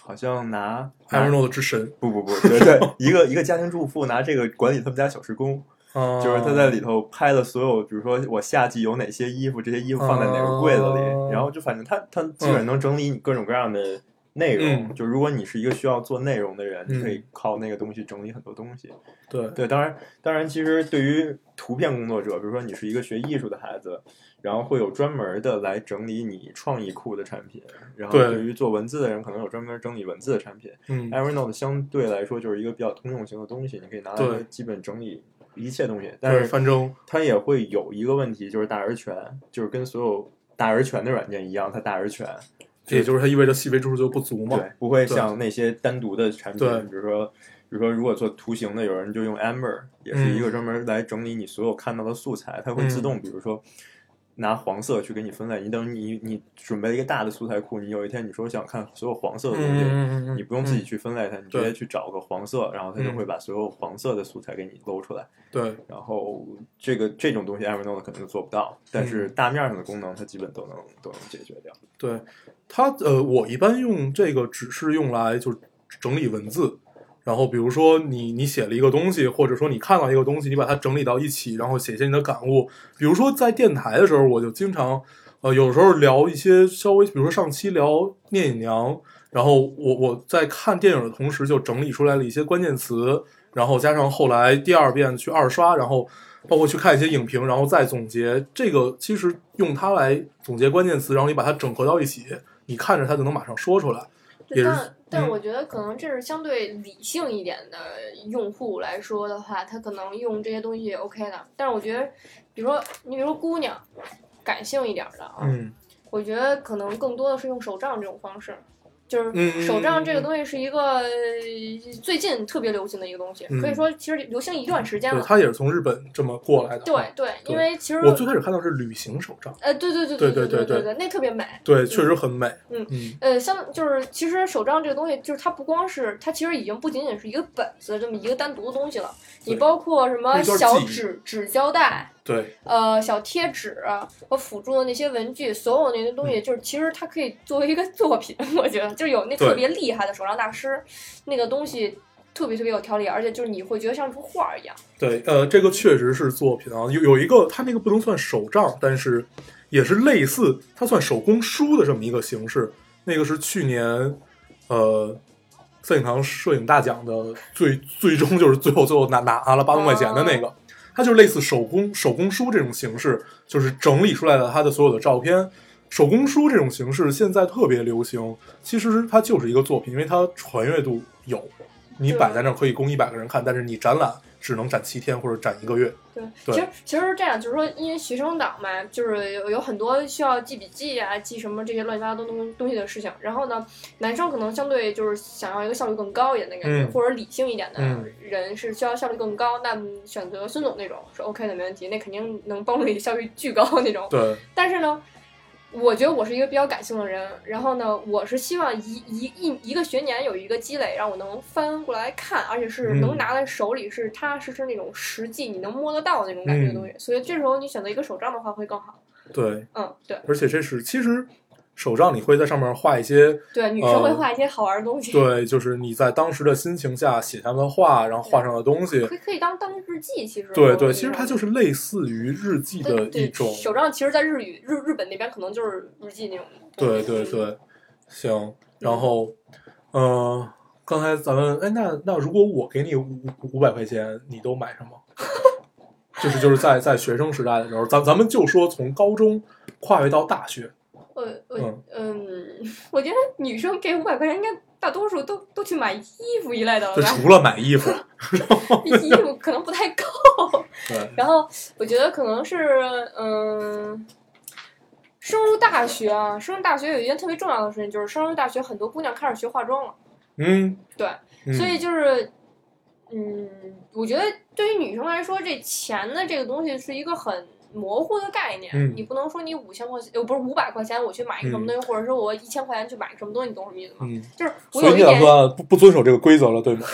Speaker 5: 好像拿
Speaker 3: Evernote 之神，
Speaker 5: 不不不，对对，一个一个家庭主妇拿这个管理他们家小时工，
Speaker 3: 啊
Speaker 5: 哦就是他在里头拍了所有，比如说我夏季有哪些衣服，这些衣服放在哪个柜子里，
Speaker 3: 哦
Speaker 5: 然后就反正他他基本能整理你各种各样的内容。
Speaker 3: 嗯
Speaker 5: 就如果你是一个需要做内容的人，
Speaker 3: 嗯
Speaker 5: 你可以靠那个东西整理很多东西。
Speaker 3: 对
Speaker 5: 对，当然当然，其实对于图片工作者，比如说你是一个学艺术的孩子，然后会有专门的来整理你创意库的产品，然后
Speaker 3: 对
Speaker 5: 对于做文字的人，可能有专门整理文字的产品。
Speaker 3: 嗯
Speaker 5: Evernote 相对来说就是一个比较通用型的东西，你可以拿来
Speaker 3: 对
Speaker 5: 基本整理一切东西，但
Speaker 3: 对，
Speaker 5: 是。
Speaker 3: 反正
Speaker 5: 它也会有一个问题，就是大而全，就是跟所有大而全的软件一样，它大而全，
Speaker 3: 也就是它意味着细微之处就不足嘛。
Speaker 5: 对，不会像那些单独的产品
Speaker 3: 对，
Speaker 5: 比如说比如说，如果做图形的，有人就用 Amber，也是一个专门来整理你所有看到的素材，它会自动，比如说拿黄色去给你分类。你等你你准备了一个大的素材库，你有一天你说想看所有黄色的东西，
Speaker 3: 嗯
Speaker 5: 你不用自己去分类它，你直
Speaker 3: 对
Speaker 5: 接去找个黄色，然后它就
Speaker 3: 嗯
Speaker 5: 会把所有黄色的素材给你搂出来。
Speaker 3: 对，
Speaker 5: 然后这个这种东西 Evernote 可能就做不到，但是大面上的功能它基本都能都能解决掉。
Speaker 3: 对它，呃，我一般用这个只是用来就是整理文字，然后比如说你你写了一个东西，或者说你看到一个东西，你把它整理到一起，然后写一些你的感悟。比如说在电台的时候，我就经常，呃，有时候聊一些稍微，比如说上期聊《聂隐娘》，然后我我在看电影的同时就整理出来了一些关键词，然后加上后来第二遍去二刷，然后包括去看一些影评，然后再总结。这个其实用它来总结关键词，然后你把它整合到一起，你看着它就能马上说出来。也
Speaker 4: 对
Speaker 3: 是
Speaker 4: 但但
Speaker 3: 嗯
Speaker 4: 我觉得可能这是相对理性一点的用户来说的话，他可能用这些东西也 OK 的。但是我觉得，比如说你比如说姑娘，感性一点的啊，
Speaker 3: 嗯
Speaker 4: 我觉得可能更多的是用手账这种方式。就
Speaker 3: 嗯
Speaker 4: 是手账这个东西是一个呃最近特别流行的一个东西，
Speaker 3: 嗯
Speaker 4: 可以说其实流行一段时间
Speaker 3: 对，
Speaker 4: 了。
Speaker 3: 它也是从日本这么过来的。啊
Speaker 4: 对对，因为其实
Speaker 3: 我最开始看到是旅行手账，
Speaker 4: 呃，对对对
Speaker 3: 对
Speaker 4: 对
Speaker 3: 对
Speaker 4: 对
Speaker 3: 对
Speaker 4: 对，那特别美。
Speaker 3: 对，确实很美。
Speaker 4: 嗯
Speaker 3: 嗯
Speaker 4: 呃，像就是其实手账这个东西，就是它不光是它，其实已经不仅仅是一个本子这么一个单独的东西了。你
Speaker 3: 对
Speaker 4: 包括什么
Speaker 3: 那段
Speaker 4: 小
Speaker 3: 记忆
Speaker 4: 纸纸胶带，
Speaker 3: 对，
Speaker 4: 呃，小贴纸和辅助的那些文具，所有那些
Speaker 3: 嗯
Speaker 4: 东西，就是其实它可以作为一个 作品，我觉得就是有那
Speaker 3: 对
Speaker 4: 特别厉害的手账大师，那个东西特别特别有条理，而且就是你会觉得像幅画儿一样。
Speaker 3: 对，呃，这个确实是作品啊，有有一个，它那个不能算手账，但是也是类似，它算手工书的这么一个形式。那个是去年，呃，摄影堂摄影大奖的最最终就是最后最后拿拿了八万块钱的
Speaker 4: 哦
Speaker 3: 那个，它就是类似手工手工书这种形式，就是整理出来的它的所有的照片。手工书这种形式现在特别流行，其实它就是一个作品，因为它传阅度有，你摆在那儿可以供一百个人看，但是你展览只能展七天或者展一个月。
Speaker 4: 对，
Speaker 3: 对
Speaker 4: 其实其实是这样，就是说，因为学生党嘛，就是有有很多需要记笔记啊、记什么这些乱七八糟东东西的事情。然后呢，男生可能相对就是想要一个效率更高一点的感觉，
Speaker 3: 嗯
Speaker 4: 或者理性一点的
Speaker 3: 嗯
Speaker 4: 人是需要效率更高，那么选择孙总那种是 OK 的，没问题，那肯定能帮助你效率巨高那种。
Speaker 3: 对，
Speaker 4: 但是呢，我觉得我是一个比较感性的人，然后呢，我是希望一一一一个学年有一个积累，让我能翻过来看，而且是
Speaker 3: 嗯
Speaker 4: 能拿在手里，是踏踏实实那种实际你能摸得到的那种感觉的东西。
Speaker 3: 嗯
Speaker 4: 所以这时候你选择一个手账的话会更好。
Speaker 3: 对，
Speaker 4: 嗯，对
Speaker 3: 而且这是其实手账你会在上面画一些，
Speaker 4: 对，女生会画一些好玩的东西，
Speaker 3: 呃对，就是你在当时的心情下写下的话，然后画上的东西
Speaker 4: 可。以可以当当日记，其实。
Speaker 3: 对对，其实它就是是类似于日记的
Speaker 4: 对
Speaker 3: 一
Speaker 4: 对，
Speaker 3: 种，
Speaker 4: 手账其实，在日语日日本那边可能就是日记那种。
Speaker 3: 对对对，行。然后，呃，刚才咱们，哎，那那如果我给你五五百块钱，你都买什么？ 就是就是在在学生时代的时候，咱咱们就说从高中跨越到大学，
Speaker 4: 我我
Speaker 3: 嗯
Speaker 4: 嗯， 我觉得女生给五百块钱，应该大多数都都去买衣服一类的
Speaker 3: 就
Speaker 4: 吧。
Speaker 3: 除了买衣服，
Speaker 4: 衣服可能不太够。
Speaker 3: 对，
Speaker 4: 然后我觉得可能是，嗯，升入大学啊，升入大学有一件特别重要的事情，就是升入大学很多姑娘开始学化妆了，
Speaker 3: 嗯，
Speaker 4: 对，
Speaker 3: 嗯
Speaker 4: 所以就是，嗯，我觉得对于女生来说，这钱的这个东西是一个很。模糊的概念，
Speaker 3: 嗯
Speaker 4: 你不能说你五千块钱，呃，不是五百块钱，我去买一个什么东西，或者说我一千块钱去买一个什么东西，你懂什么意思吗？
Speaker 3: 嗯，
Speaker 4: 就是我
Speaker 3: 所以
Speaker 4: 有一
Speaker 3: 你打
Speaker 4: 点
Speaker 3: 算不不遵守这个规则了，对吗？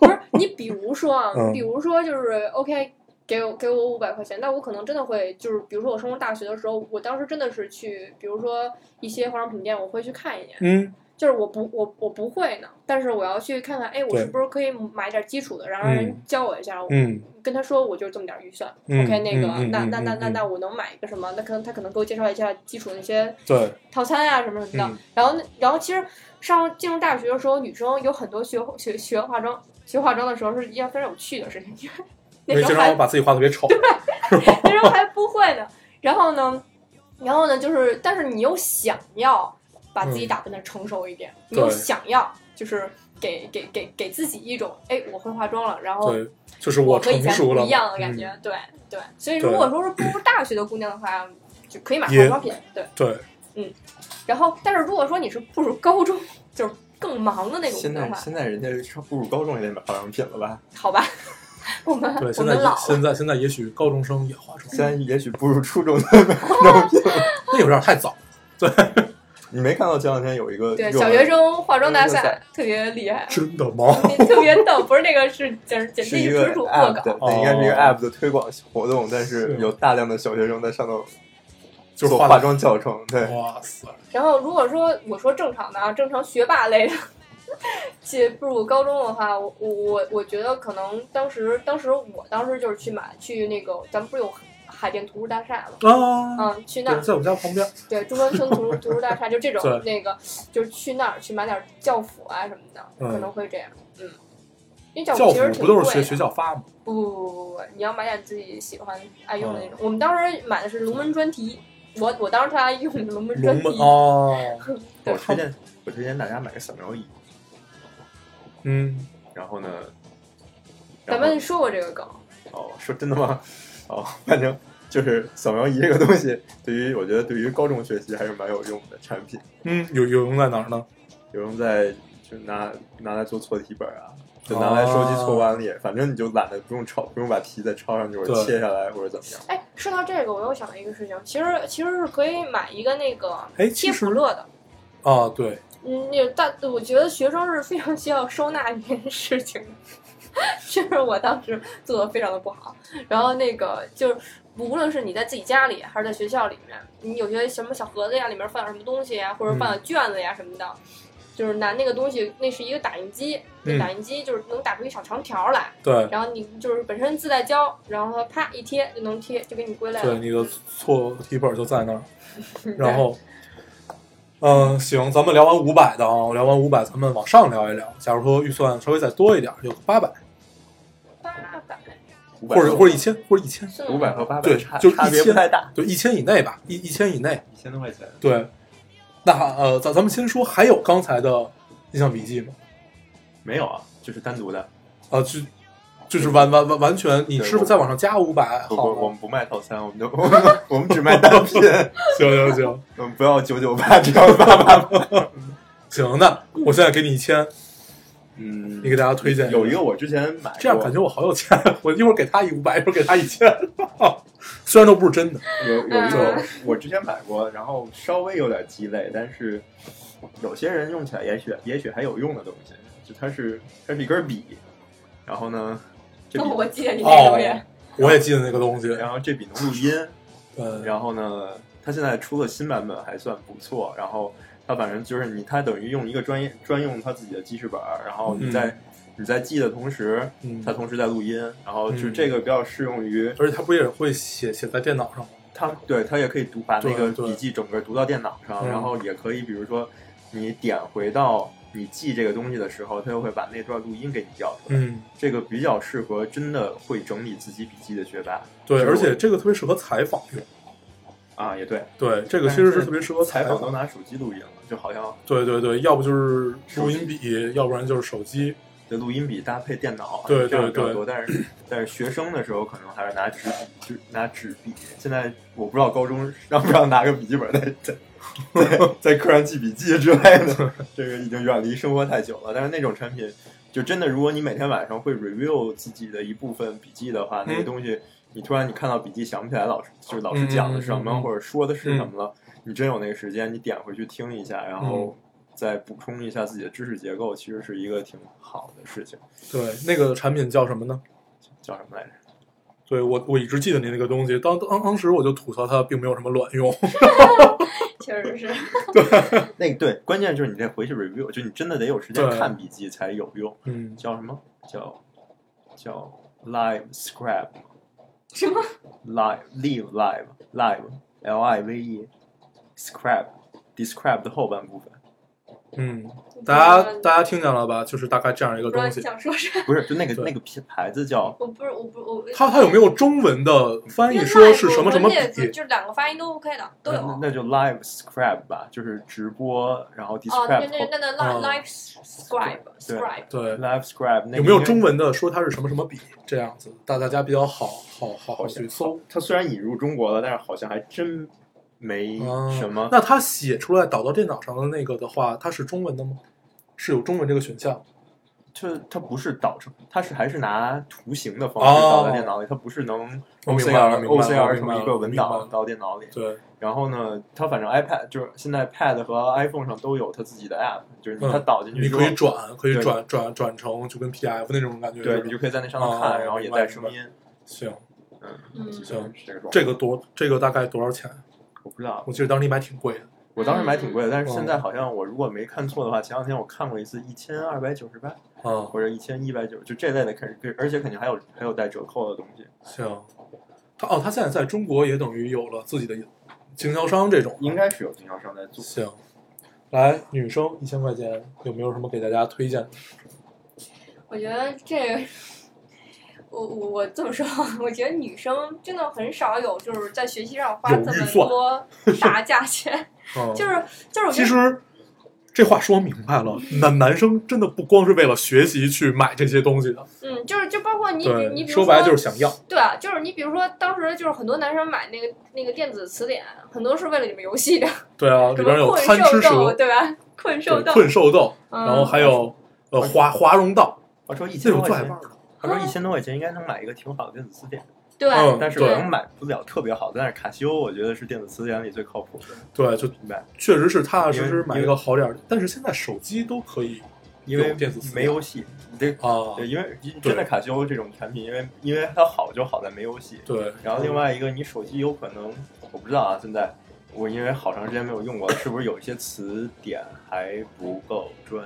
Speaker 4: 不 是你，比如说啊，
Speaker 3: 嗯
Speaker 4: 比如说就是 OK，给我给我五百块钱，那我可能真的会就是，比如说我升入大学的时候，我当时真的是去，比如说一些化妆品店，我会去看一眼，
Speaker 3: 嗯，
Speaker 4: 就是我不我我不会呢，但是我要去看看，哎，我
Speaker 3: 对
Speaker 4: 是不是可以买点基础的，然后让人
Speaker 3: 嗯
Speaker 4: 教我一下，我
Speaker 3: 嗯，
Speaker 4: 跟他说我就这么点预算、
Speaker 3: 嗯
Speaker 4: o k 那个、
Speaker 3: 嗯嗯
Speaker 4: 那
Speaker 3: 嗯
Speaker 4: 那那
Speaker 3: 嗯
Speaker 4: 那
Speaker 3: 嗯
Speaker 4: 那我能买一个什么？那可能他可能给我介绍一下基础的那些
Speaker 3: 对，
Speaker 4: 套餐啊什么什么的。
Speaker 3: 嗯
Speaker 4: 然后那，然后其实上进入大学的时候，女生有很多学学学化妆、学化妆的时候是一件非常有趣的事情，
Speaker 3: 因
Speaker 4: 因为那
Speaker 3: 为
Speaker 4: 时
Speaker 3: 经
Speaker 4: 候
Speaker 3: 常
Speaker 4: 还
Speaker 3: 把自己画得特别丑，
Speaker 4: 那时候还不会呢。然后呢，然后呢，就是但是你又想要把自己
Speaker 3: 嗯
Speaker 4: 打扮的成熟一点，你
Speaker 3: 对
Speaker 4: 又想要就是给给给给自己一种哎我会化妆了，然后
Speaker 3: 对，就是
Speaker 4: 和哦以
Speaker 3: 成
Speaker 4: 前
Speaker 3: 熟
Speaker 4: 不
Speaker 3: 了
Speaker 4: 一样
Speaker 3: 嘛
Speaker 4: 的感
Speaker 3: 嗯
Speaker 4: 觉，对对。所以
Speaker 3: 对
Speaker 4: 如果说是步入大学的姑娘的话，就可以买化
Speaker 3: 也
Speaker 4: 妆品，对。
Speaker 3: 对，
Speaker 4: 然后，但是如果说你是步入高中，就是更忙的那种
Speaker 5: 现
Speaker 4: 想
Speaker 5: 在
Speaker 4: 法，
Speaker 5: 现在人家上步入高中也得买化妆品了吧？
Speaker 4: 好吧？我们
Speaker 3: 对，
Speaker 4: 我
Speaker 3: 现在
Speaker 4: 们老了，
Speaker 3: 现在现在也许高中生也化妆
Speaker 5: 现，在也许步入初中才买化妆品。
Speaker 3: 那有点太早。
Speaker 5: 你没看到前两天有一个
Speaker 4: 对
Speaker 5: 热
Speaker 4: 小
Speaker 5: 门
Speaker 4: 学生化妆大
Speaker 5: 热
Speaker 4: 赛
Speaker 5: 赛
Speaker 4: 特别厉害，
Speaker 3: 真的吗？
Speaker 4: 那特别逗，不是那个是简直简直
Speaker 5: 是一个
Speaker 4: 纯属恶
Speaker 5: app
Speaker 4: 搞
Speaker 5: 的，，那应该是一个
Speaker 3: 哦
Speaker 5: app 的推广活动，但是
Speaker 3: 是
Speaker 5: 有大量的小学生在上头
Speaker 3: 就是
Speaker 5: 做
Speaker 3: 化
Speaker 5: 化妆教程，对，
Speaker 3: 哇塞，
Speaker 4: 然后如果说我说正常的啊，正常学霸类的， 进步入高中的话，我我我我觉得可能当时当时我当时就是去买去那个，咱们不是有海淀图书大厦吗？
Speaker 3: 啊，
Speaker 4: 嗯，去那
Speaker 3: 对，
Speaker 4: 儿，
Speaker 3: 在我们家旁边，
Speaker 4: 对，中关村图 书图书大厦，就这
Speaker 3: 对
Speaker 4: 种那个，就是去那儿去买点教辅啊什么的，
Speaker 3: 嗯
Speaker 4: 可能会这样，嗯，因为教
Speaker 3: 教
Speaker 4: 辅其实
Speaker 3: 辅
Speaker 4: 挺
Speaker 3: 不
Speaker 4: 贵
Speaker 3: 都
Speaker 4: 的，
Speaker 3: 是学学校发吗？
Speaker 4: 不不不不不，你要买点自己喜欢爱用的那种。
Speaker 3: 嗯
Speaker 4: 我们当时买的是龙门专题，我我当时特爱用龙门专
Speaker 3: 龙
Speaker 4: 题
Speaker 3: 门，哦，
Speaker 5: 我推荐我推荐大家买个扫描仪，
Speaker 3: 嗯，
Speaker 5: 然后呢，然
Speaker 4: 咱
Speaker 5: 后
Speaker 4: 们说过这个梗。
Speaker 5: 哦，说真的吗？哦，反正就是扫描仪这个东西，对于我觉得对于高中学习还是蛮有用的产品，
Speaker 3: 嗯，有有用在哪儿呢？
Speaker 5: 有用在就拿拿来做错题本啊。
Speaker 3: 哦
Speaker 5: 就拿来收集错完了也，反正你就懒得不用抄，不用把题再抄上去或者
Speaker 3: 对
Speaker 5: 切下来或者怎么样。
Speaker 4: 哎，说到这个，我又想到一个事情，其实其实是可以买一个那个
Speaker 3: 哎其
Speaker 4: 贴
Speaker 3: 实
Speaker 4: 普乐的。
Speaker 3: 啊，对，
Speaker 4: 嗯，那大，我觉得学生是非常需要收纳这件事情的， 就是我当时做的非常的不好。然后那个就是，无论是你在自己家里还是在学校里面，你有些什么小盒子呀，里面放点什么东西呀，或者
Speaker 3: 嗯
Speaker 4: 放点卷子呀什么的，就是拿那个东西，那是一个打印机，那
Speaker 3: 嗯
Speaker 4: 打印机就是能打出一小长条来，
Speaker 3: 对
Speaker 4: 然后你就是本身自带胶，然后它啪一贴就能贴，就给你归类
Speaker 3: 对，
Speaker 4: 了。
Speaker 3: 你的错题本就在那儿，然后。嗯，行，咱们聊完五百的啊，聊完五百，咱们往上聊一聊。假如说预算稍微再多一点，有八百，
Speaker 4: 八百，
Speaker 5: 五百
Speaker 3: 或者或者一千，或者一千，
Speaker 4: 是吗
Speaker 5: 五百和八百
Speaker 3: 对
Speaker 5: 差，
Speaker 3: 就
Speaker 5: 差
Speaker 3: 一
Speaker 5: 别
Speaker 3: 千
Speaker 5: 不太大，
Speaker 3: 对，一千以内吧，一一千以内。
Speaker 5: 一千多块钱。
Speaker 3: 对，那呃，咱咱们先说，还有刚才的印象笔记吗？
Speaker 5: 没有啊，就是单独的。
Speaker 3: 啊，就就是完完完完全，你
Speaker 5: 对
Speaker 3: 是不是
Speaker 5: 我
Speaker 3: 再往上加五百？
Speaker 5: 不
Speaker 3: 好
Speaker 5: 不，
Speaker 3: 吗
Speaker 5: 我们不卖套餐，我们就 我们我们只卖单品，
Speaker 3: 行行行
Speaker 5: 我们不要九九八，只要八八八。
Speaker 3: 行，那我现在给你一千，
Speaker 5: 嗯
Speaker 3: 你给大家推荐
Speaker 5: 有一个我之前买过，
Speaker 3: 这样感觉我好有钱，我一会儿给他一五百，一会儿给他一千，虽然都不是真的。
Speaker 5: 有有一
Speaker 3: 嗯
Speaker 5: 个我之前买过，然后稍微有点鸡肋，但是有些人用起来也许也许还有用的东西，就它是它是一根笔，然后呢这笔
Speaker 4: 那我记得你那
Speaker 3: 哦
Speaker 4: 个月，，
Speaker 3: 我也记得那个东西。
Speaker 5: 然后这笔能录音，
Speaker 3: 嗯，
Speaker 5: 然后呢，它现在出了新版本，还算不错。然后它反正就是你，它等于用一个专业专用它自己的记事本儿，然后你在、你在记的同时
Speaker 3: 嗯，
Speaker 5: 它同时在录音。然后就
Speaker 3: 嗯
Speaker 5: 这个比较适用于
Speaker 3: 而且他不也会写写在电脑上吗？
Speaker 5: 它，对它也可以读把那个
Speaker 3: 对对
Speaker 5: 笔记整个读到电脑上，
Speaker 3: 嗯
Speaker 5: 然后也可以比如说你点回到你记这个东西的时候，它又会把那段录音给你调出来。
Speaker 3: 嗯，
Speaker 5: 这个比较适合真的会整理自己笔记的学霸
Speaker 3: 对，
Speaker 5: 是
Speaker 3: 而且
Speaker 5: 我
Speaker 3: 这个特别适合采访用。
Speaker 5: 啊，也对，
Speaker 3: 对，这个其实是特别适合
Speaker 5: 采
Speaker 3: 访
Speaker 5: 访都拿手机录音了，就好像
Speaker 3: 对对对，要不就是录
Speaker 5: 手机
Speaker 3: 音笔，要不然就是手机。
Speaker 5: 的录音笔搭配电脑，
Speaker 3: 对
Speaker 5: 这样比
Speaker 3: 对
Speaker 5: 较多。但是但是学生的时候可能还是拿纸笔，就是拿纸笔。现在我不知道高中让不让拿个笔记本在在在在课上记笔记之类的，这个已经远离生活太久了。但是那种产品，就真的如果你每天晚上会 review 自己的一部分笔记的话，那个
Speaker 3: 嗯
Speaker 5: 东西你突然你看到笔记想不起来老师就是老师讲的什么、
Speaker 3: 嗯嗯嗯嗯
Speaker 5: 或者说的是什么了，你真有那个时间，你点回去听一下，然
Speaker 3: 嗯
Speaker 5: 后。再补充一下自己的知识结构，其实是一个挺好的事情。
Speaker 3: 对，那个产品叫什么呢？
Speaker 5: 叫什么来着？
Speaker 3: 对我，我一直记得你那个东西。当当当时我就吐槽它并没有什么卵用。
Speaker 4: 确实是。
Speaker 5: 那个对，关键就是你得回去 review，就你真的得有时间
Speaker 3: 对
Speaker 5: 看笔记才有用。
Speaker 3: 嗯，
Speaker 5: 叫什么？叫叫 live scribe
Speaker 4: 什么？
Speaker 5: live live live live l i v e scribe describe 的后半部分，
Speaker 3: 嗯，大家大家听见了吧？就是大概这样一个
Speaker 4: 不知道
Speaker 3: 东
Speaker 4: 你
Speaker 3: 西。
Speaker 4: 想说啥？
Speaker 5: 不是就那个
Speaker 3: 对
Speaker 5: 那个品牌子叫
Speaker 4: 我不是，我不，我
Speaker 3: 它它有没有中文的翻译说是什么什么
Speaker 4: 就
Speaker 3: 笔？
Speaker 4: 就是两个发音都 OK 的，都有。
Speaker 5: 那那就 live scribe 吧，就是直播，然后
Speaker 4: 哦，那
Speaker 5: describe 后、
Speaker 4: 那那那
Speaker 3: 哦
Speaker 4: live live scribe scribe，
Speaker 3: 对，
Speaker 5: live scribe 那个
Speaker 3: 有没有
Speaker 5: 应该
Speaker 3: 中文的说它是什么什么笔？这样子，大大家比较好好好好
Speaker 5: 好像
Speaker 3: 去搜。
Speaker 5: 它虽然引入中国了，但是好像还真没
Speaker 3: 啊
Speaker 5: 什么。
Speaker 3: 那它写出来导到电脑上的那个的话，它是中文的吗？是有中文这个选项。
Speaker 5: 这它不是导成，它是还是拿图形的方式导到电脑里，它不是能
Speaker 3: 哦我明白了
Speaker 5: OCR
Speaker 3: 明白了
Speaker 5: OCR 成一个文
Speaker 3: 我明白了
Speaker 5: 档到电脑里。
Speaker 3: 对，
Speaker 5: 然后呢，它反正 iPad 就是现在 Pad 和 iPhone 上都有它自己的 app，就是你它
Speaker 3: 嗯
Speaker 5: 导进去
Speaker 3: 你
Speaker 5: 之后，
Speaker 3: 可以转，可以
Speaker 5: 对
Speaker 3: 转转转成就跟 PF 那种感觉。
Speaker 5: 对
Speaker 3: 是吧
Speaker 5: 你就可以在那上面
Speaker 3: 哦
Speaker 5: 看，然后也带声
Speaker 3: 明
Speaker 5: 音。
Speaker 3: 行，
Speaker 5: 嗯，
Speaker 4: 嗯
Speaker 5: 就是这个状态
Speaker 3: 这个多，这个大概多少钱？
Speaker 5: 我不知道，
Speaker 3: 我记得当时你买挺贵的。
Speaker 5: 我当时买挺贵的，但是现在
Speaker 3: 嗯
Speaker 5: 好像我如果没看错的话，前两天我看过一次一千二百九十八
Speaker 3: 啊，
Speaker 5: 或者一千一百九，就这类的肯定，而且肯定还有还有带折扣的东西。
Speaker 3: 行。他哦，他现在在中国也等于有了自己的经销商这种。
Speaker 5: 应该是有经销商在做。
Speaker 3: 行，来，女生一千块钱有没有什么给大家推荐？
Speaker 4: 我觉得这个， 我我我这么说， 我觉得女生真的很少有就是在学习上花
Speaker 3: 有
Speaker 4: 这
Speaker 3: 预
Speaker 4: 么
Speaker 3: 算
Speaker 4: 多大价钱，
Speaker 5: 啊
Speaker 3: 嗯，
Speaker 4: 就是就是我觉
Speaker 3: 其
Speaker 4: 得
Speaker 3: 实这话说明白了，男男生真的不光是为了学习去买这些东西的，
Speaker 4: 嗯，就是就包括你比
Speaker 3: 对，
Speaker 4: 你比如
Speaker 3: 说白了就是想要。
Speaker 4: 对啊，就是你比如说当时就是很多男生买那个那个电子词典，很多是为了里面游戏的，
Speaker 3: 对啊，里
Speaker 4: 什
Speaker 3: 边
Speaker 4: 么
Speaker 3: 有
Speaker 4: 困
Speaker 3: 贪吃
Speaker 4: 兽斗
Speaker 3: 蛇、
Speaker 4: 对吧？困兽
Speaker 3: 对
Speaker 4: 斗，
Speaker 3: 困兽斗，
Speaker 4: 嗯、
Speaker 3: 然后还有呃华华容道
Speaker 5: 他嗯说一千
Speaker 3: 那种
Speaker 5: 多
Speaker 3: 最
Speaker 5: 块
Speaker 3: 爱
Speaker 5: 钱
Speaker 3: 玩，的。
Speaker 5: 他说一千多块钱应该能买一个挺好的电子词典，
Speaker 4: 对吧、
Speaker 3: 嗯
Speaker 5: 但是
Speaker 3: 对
Speaker 5: 我能买不了特别好，但是卡西欧我觉得是电子词典里最靠谱的。
Speaker 3: 对，就
Speaker 5: 明白，
Speaker 3: 确实是踏踏实
Speaker 5: 因
Speaker 3: 实
Speaker 5: 为
Speaker 3: 买一个好点儿的。但是现在手机都可以
Speaker 5: 因为
Speaker 3: 有电子词典
Speaker 5: 没游戏，你这
Speaker 3: 啊，
Speaker 5: 对，因为真的卡西欧这种产品，因为因为它好就好在没游戏，
Speaker 3: 对，
Speaker 5: 然后另外一个，你手机有可能，我不知道啊，现在我因为好长时间没有用过，是不是有一些词典还不够专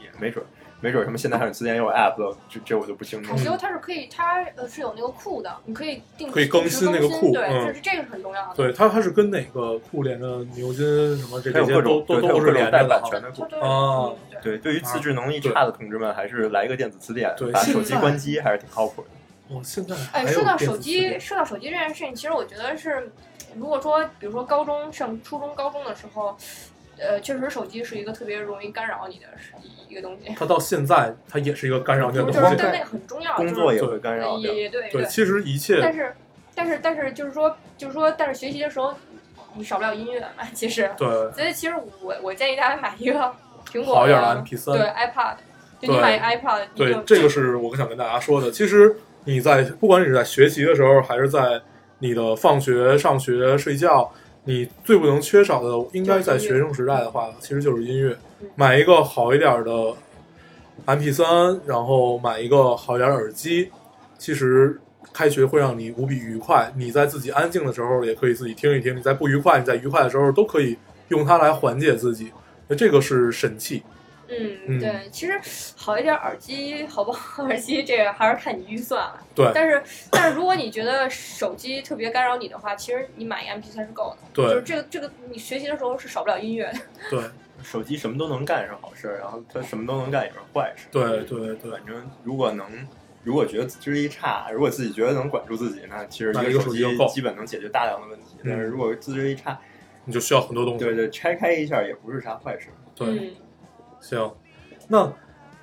Speaker 5: 业？没准儿，没准儿什么现在还有词典也有 app 的，这这我就不清楚
Speaker 4: 卡。西欧它是可以，它呃是有那个库的，你可以定
Speaker 3: 可以更新那个库
Speaker 4: 定时更新对，
Speaker 3: 嗯
Speaker 4: 就是这个是很重要的。
Speaker 3: 对，它它是跟哪个库连着牛津什么这
Speaker 5: 它有
Speaker 3: 这些
Speaker 5: 各
Speaker 3: 都
Speaker 5: 种，
Speaker 3: 都
Speaker 5: 对，它有
Speaker 3: 都
Speaker 5: 各
Speaker 3: 是
Speaker 5: 种
Speaker 3: 连
Speaker 5: 带
Speaker 3: 着的
Speaker 5: 版
Speaker 3: 哈
Speaker 5: 权。的
Speaker 4: 它
Speaker 5: 库。
Speaker 4: 都是
Speaker 3: 哦
Speaker 4: 嗯对
Speaker 5: 对，对于自制能力
Speaker 3: 对
Speaker 5: 差的同志们，还是来一个电子词典
Speaker 3: 对，
Speaker 5: 把
Speaker 3: 现
Speaker 5: 手机
Speaker 3: 在
Speaker 5: 关机还是挺靠谱的。
Speaker 3: 哦，现在还
Speaker 4: 哎，
Speaker 3: 有
Speaker 4: 说到
Speaker 3: 电
Speaker 4: 手
Speaker 3: 子词典
Speaker 4: 机，说到手机这件事情，其实我觉得是，如果说比如说高中上初中、高中的时候，呃，确实手机是一个特别容易干扰你的事一个东 西，
Speaker 3: 它到现在它也是一个干扰你的
Speaker 4: 就
Speaker 3: 东
Speaker 4: 是
Speaker 5: 光
Speaker 3: 西。
Speaker 4: 但那个很重要，
Speaker 5: 工作
Speaker 4: 也
Speaker 5: 也会干扰掉
Speaker 4: 也。也对
Speaker 3: 对，其实一切
Speaker 4: 但是但是但是就是说就是说，但是学习的时候你少不了音乐嘛，其实，
Speaker 3: 对
Speaker 4: 所以其实我我建议大家买一个苹
Speaker 3: 好
Speaker 4: 果
Speaker 3: 一点的 MP3
Speaker 4: 对 iPad，就你买 iPad，你
Speaker 3: 对
Speaker 4: 就，
Speaker 3: 这个是我想跟大家说的。其实你在不管你是在学习的时候，还是在你的放学、上学、睡觉，你最不能缺少的，应该在学生时代的话，其实就是音乐
Speaker 4: 嗯。
Speaker 3: 买一个好一点的 MP 3然后买一个好一点的耳机，其实。开学会让你无比愉快，你在自己安静的时候也可以自己听一听，你在不愉快、你在愉快的时候都可以用它来缓解自己，那这个是神器。嗯
Speaker 4: 嗯，对，其实好一点耳机好不好？耳机这个还是看你预算了。
Speaker 3: 对
Speaker 4: 但是但是如果你觉得手机特别干扰你的话，其实你买一 MP 3是够的。
Speaker 3: 对
Speaker 4: 就是这个这个你学习的时候是少不了音乐的。
Speaker 3: 对
Speaker 5: 手机什么都能干是好事儿，然后它什么都能干也是坏事。
Speaker 3: 对对对，
Speaker 5: 反正如果能，如果觉得自制力差，如果自己觉得能管住自己，那其实
Speaker 3: 那
Speaker 5: 一
Speaker 3: 一个
Speaker 5: 个
Speaker 3: 手
Speaker 5: 手
Speaker 3: 机就够
Speaker 5: 机基本能解决大量的问题。但是如果自制力差，
Speaker 3: 你就需要很多东西。
Speaker 5: 对对，拆开一下也不是啥坏事。
Speaker 3: 对，
Speaker 4: 嗯，
Speaker 3: 行，那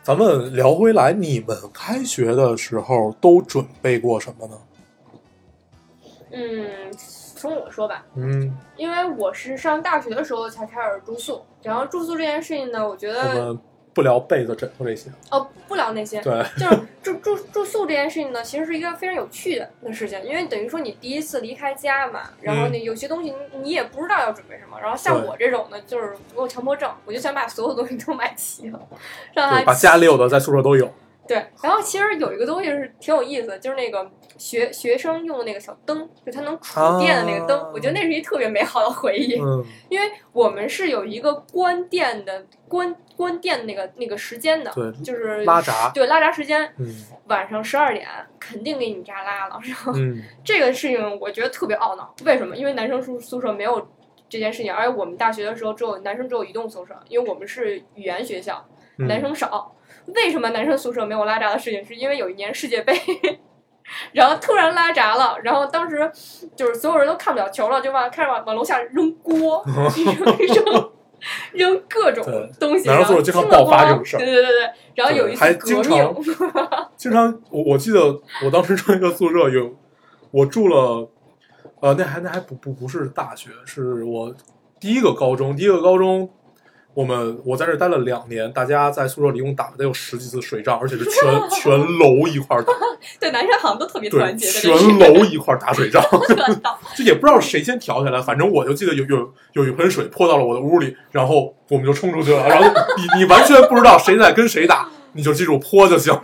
Speaker 3: 咱们聊回来，你们开学的时候都准备过什么呢？
Speaker 4: 嗯，从我说吧，
Speaker 3: 嗯，
Speaker 4: 因为我是上大学的时候才开始住宿，然后住宿这件事情呢，我觉
Speaker 3: 我
Speaker 4: 得
Speaker 3: 们不聊被子、枕头这些。
Speaker 4: 哦不聊那些，
Speaker 3: 对，
Speaker 4: 就是住住住宿这件事情呢，其实是一个非常有趣的的事情，因为等于说你第一次离开家嘛，然后呢，有些东西你你也不知道要准备什么。然后像
Speaker 3: 嗯对
Speaker 4: 我这种呢，就是我有强迫症，我就想把所有东西都买齐了，让
Speaker 3: 对，
Speaker 4: 它
Speaker 3: 把家里有的在宿舍都有。
Speaker 4: 对。然后其实有一个东西是挺有意思的，就是那个学学生用的那个小灯，就它能
Speaker 3: 啊
Speaker 4: 触电的那个灯，我觉得那是一特别美好的回忆。
Speaker 3: 嗯，
Speaker 4: 因为我们是有一个关电的关关电的那个那个时间的，
Speaker 3: 对，
Speaker 4: 就是
Speaker 3: 拉闸。
Speaker 4: 对拉闸时间，
Speaker 3: 嗯
Speaker 4: 晚上十二点肯定给你扎拉了。然后
Speaker 3: 嗯，
Speaker 4: 这个事情我觉得特别懊恼，为什么？因为男生宿宿舍没有这件事情，而且我们大学的时候只有男生只有一栋宿舍，因为我们是语言学校，
Speaker 3: 嗯
Speaker 4: 男生少。为什么男生宿舍没有拉闸的事情？是因为有一年世界杯。 然后突然拉闸了，然后当时就是所有人都看不了球了，就往开始往往楼下扔 锅，扔扔扔各种
Speaker 3: 对
Speaker 4: 东西，
Speaker 3: 男生宿舍经常爆发这种事儿
Speaker 4: 对对对对，然后有一
Speaker 3: 对还
Speaker 4: 次
Speaker 3: 经
Speaker 4: 革
Speaker 3: 常
Speaker 4: 命，
Speaker 3: 经常我我记得我当时住一个宿舍有，我住了，呃，那还那还不不不是大学，是我第一个高中，第一个高中我们我在这儿待了两年，大家在宿舍里一共打了得有十几次水仗，而且是 全全楼一块儿打，
Speaker 4: 对，男生好像都特别
Speaker 3: 对，
Speaker 4: 团结，
Speaker 3: 全
Speaker 4: 在这个
Speaker 3: 楼一块儿打水 仗，
Speaker 4: 热闹。
Speaker 3: 就也不知道谁先挑起来，反正我就记得有有有一盆水泼到了我的屋里，然后我们就冲出去了，然后你你完全不知道谁在跟谁打，你就记住泼就行了。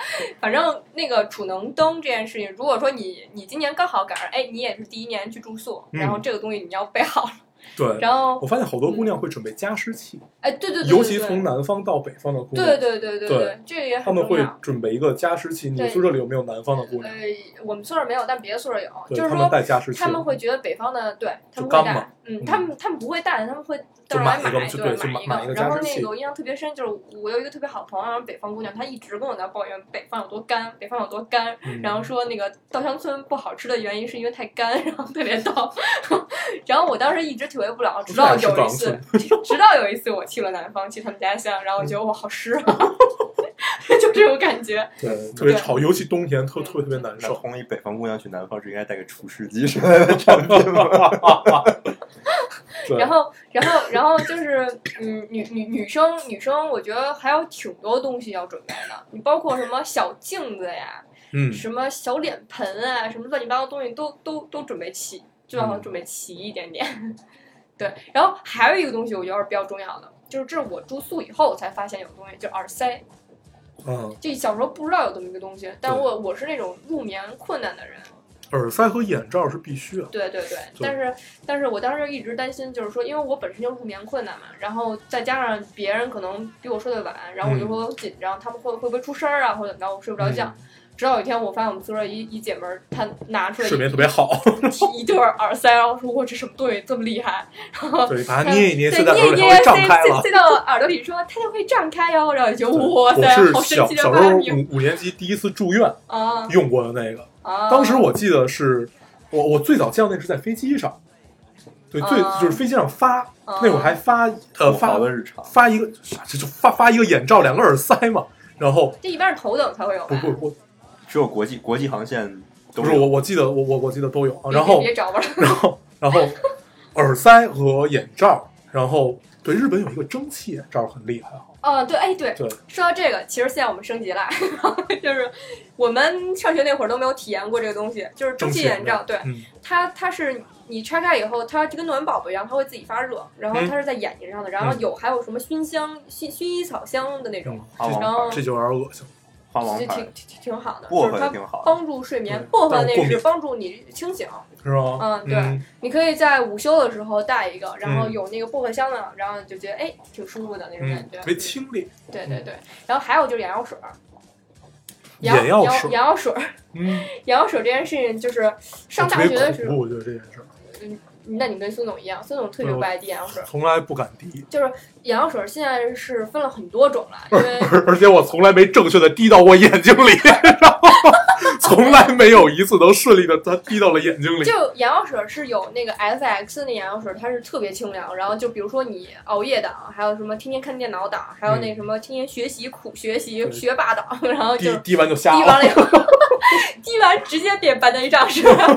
Speaker 4: 反正那个储能灯这件事情，如果说你你今年刚好赶上，哎，你也是第一年去住宿，
Speaker 3: 嗯
Speaker 4: 然后这个东西你要备好了。
Speaker 3: 对，
Speaker 4: 然后
Speaker 3: 我，发现好多姑娘会准备加湿器，
Speaker 4: 哎，对对对对对，
Speaker 3: 尤其从南方到北方的姑娘，
Speaker 4: 对对对
Speaker 3: 对
Speaker 4: 对对，这个也
Speaker 3: 他
Speaker 4: 很
Speaker 3: 们
Speaker 4: 重
Speaker 3: 会
Speaker 4: 要。
Speaker 3: 准备一个加湿器。你们
Speaker 4: 对
Speaker 3: 宿舍里有没有南方的姑
Speaker 4: 呃
Speaker 3: 娘？，
Speaker 4: 我们宿舍没有，但别的宿舍有，
Speaker 3: 对，
Speaker 4: 就是
Speaker 3: 他们
Speaker 4: 说
Speaker 3: 带加湿器
Speaker 4: 他，们会觉得北方的对他们
Speaker 3: 就
Speaker 4: 会
Speaker 3: 干嘛
Speaker 4: 带，嗯，他们他们不会带，他们会
Speaker 3: 就
Speaker 4: 到
Speaker 3: 买
Speaker 4: 来
Speaker 3: 一个
Speaker 4: 买，
Speaker 3: 就
Speaker 4: 对
Speaker 3: 对，就买买一个
Speaker 4: 一个。
Speaker 3: 加
Speaker 4: 然后
Speaker 3: 湿器
Speaker 4: 那个我印象特别深，就是我有一个特别好的朋友，然后北方姑娘，她一直跟我在抱怨北方有多干，北方有多干，
Speaker 3: 嗯
Speaker 4: 然后说那个稻香村不好吃的原因是因为太干，然后特别逗。然后我当时一直体会不了，直到有一次，直到有一次我去了南方，去他们家乡，然后我觉得我好湿啊， 就这种感觉。
Speaker 3: 对，特别
Speaker 4: 对
Speaker 3: 吵，尤其冬天特特特别难
Speaker 5: 那
Speaker 3: 受。
Speaker 5: 同一北方姑娘去南方是应该带个除湿机之类的 产品吗？
Speaker 3: 对
Speaker 4: 然后，然后，然后就是，嗯，女女女生女生，我觉得还有挺多东西要准备的，你包括什么小镜子呀，
Speaker 3: 嗯，
Speaker 4: 什么小脸盆啊，什么乱七八糟东西都都都准备齐，最好
Speaker 3: 嗯
Speaker 4: 准备齐一点点。 对，然后还有一个东西我觉得是比较重要的，就是这是我住宿以后我才发现有东西，就耳塞。
Speaker 3: 嗯，
Speaker 4: 就小时候不知道有这么一个东西，但
Speaker 3: 对
Speaker 4: 我我是那种入眠困难的人，
Speaker 3: 耳塞和眼罩是必须啊。
Speaker 4: 对对对，但是但是我当时一直担心，就是说，因为我本身就入眠困难嘛，然后再加上别人可能比我睡得晚，然后
Speaker 3: 嗯
Speaker 4: 我就会紧张，他们会会不会出声儿啊，或者怎么着，我睡不着觉。直到有一天，我发现我们宿舍一一姐们儿，她拿出来
Speaker 3: 睡眠特别 好，
Speaker 4: 一对儿耳塞，然后说：“哇，这什么东西这么厉害？”然后
Speaker 3: 对，把它
Speaker 4: 对
Speaker 3: 捏一捏，
Speaker 4: 对
Speaker 3: 塞在耳朵里，
Speaker 4: 捏
Speaker 3: 它
Speaker 4: 一捏
Speaker 3: 会胀开
Speaker 4: 塞
Speaker 3: 了。
Speaker 4: 塞到耳朵里说，它就会胀开哟。然后你就
Speaker 3: 对
Speaker 4: 哇
Speaker 3: 我
Speaker 4: 塞，
Speaker 3: 是
Speaker 4: 好神
Speaker 3: 小
Speaker 4: 奇的
Speaker 3: 小时候
Speaker 4: 发明
Speaker 3: 五五年级第一次住院
Speaker 4: 啊
Speaker 3: 用过的那个，
Speaker 4: 啊！
Speaker 3: 当时我记得是我我最早见到那是在飞机上，对，最
Speaker 4: 啊
Speaker 3: 就是飞机上发，
Speaker 4: 啊
Speaker 3: 那会儿还发呃发
Speaker 5: 好的日常，
Speaker 3: 发一个啥就就发发一个眼罩，两个耳塞嘛，然后
Speaker 4: 这一般是头等才会有吧，
Speaker 3: 不不我
Speaker 5: 只有国际国际航线都
Speaker 3: 不是
Speaker 5: 有
Speaker 3: 我我记得我我我记得都有，啊
Speaker 4: 别
Speaker 3: 然后
Speaker 4: 别别找吧，
Speaker 3: 然后 然后耳塞和眼罩，然后对日本有一个蒸汽眼罩很厉害啊哈，
Speaker 4: 哦，对，哎，对，
Speaker 3: 对
Speaker 4: 说到这个，其实现在我们升级了， 就是我们上学那会儿都没有体验过这个东西，就是蒸汽眼罩，对，
Speaker 3: 嗯
Speaker 4: 它它是你拆开以后，它就跟暖宝宝一样，它会自己发热，然
Speaker 3: 嗯
Speaker 4: 后它是在眼睛上的，然后有还有什么熏香、薰薰衣草香的那种，
Speaker 5: 花
Speaker 4: 然
Speaker 5: 王
Speaker 4: 后
Speaker 5: 牌，
Speaker 3: 这就有点恶心了，
Speaker 5: 花
Speaker 4: 就
Speaker 5: 王
Speaker 4: 挺
Speaker 5: 牌
Speaker 4: 挺，挺挺好的，
Speaker 5: 薄
Speaker 4: 就
Speaker 5: 荷
Speaker 4: 是
Speaker 5: 也
Speaker 4: 它
Speaker 5: 挺好的。
Speaker 4: 帮助睡眠
Speaker 3: 对，
Speaker 4: 薄荷
Speaker 3: 但
Speaker 4: 那
Speaker 3: 我
Speaker 4: 个
Speaker 3: 过敏
Speaker 4: 是帮助你清醒，
Speaker 3: 是吧？
Speaker 4: 嗯对你可以在午休的时候带一个，然后有那个薄荷香的，然后就觉得哎挺舒服的那种
Speaker 3: 嗯
Speaker 4: 感觉，
Speaker 3: 特别清冽，
Speaker 4: 对对对，然后还有就是眼药水儿，
Speaker 3: 眼药
Speaker 4: 药
Speaker 3: 水儿
Speaker 4: 眼药水儿，
Speaker 3: 嗯，
Speaker 4: 眼药水儿这件事情就是上大
Speaker 3: 特
Speaker 4: 学
Speaker 3: 别
Speaker 4: 的
Speaker 3: 恐
Speaker 4: 时
Speaker 3: 怖，
Speaker 4: 候，嗯
Speaker 3: 我觉得这件事儿
Speaker 4: 那你跟孙总一样，孙总特别
Speaker 3: 嗯
Speaker 4: 不爱滴眼药水儿。
Speaker 3: 从来不敢滴，
Speaker 4: 眼药水儿现在是分了很多种了，因为
Speaker 3: 而而且我从来没正确的滴到过眼睛里， 然后从来没有一次能顺利的它滴到了眼睛里。
Speaker 4: 就眼药水儿是有那个 FX 那眼药水儿，它是特别清凉。然后就比如说你熬夜党，还有什么天天看电脑党，还有那什么天天学习苦学习
Speaker 3: 对
Speaker 4: 学霸党，然后就
Speaker 3: 滴
Speaker 4: 滴
Speaker 3: 滴完就瞎
Speaker 4: 完
Speaker 3: 了，
Speaker 4: 了以后， 滴完直接变白内障是吧？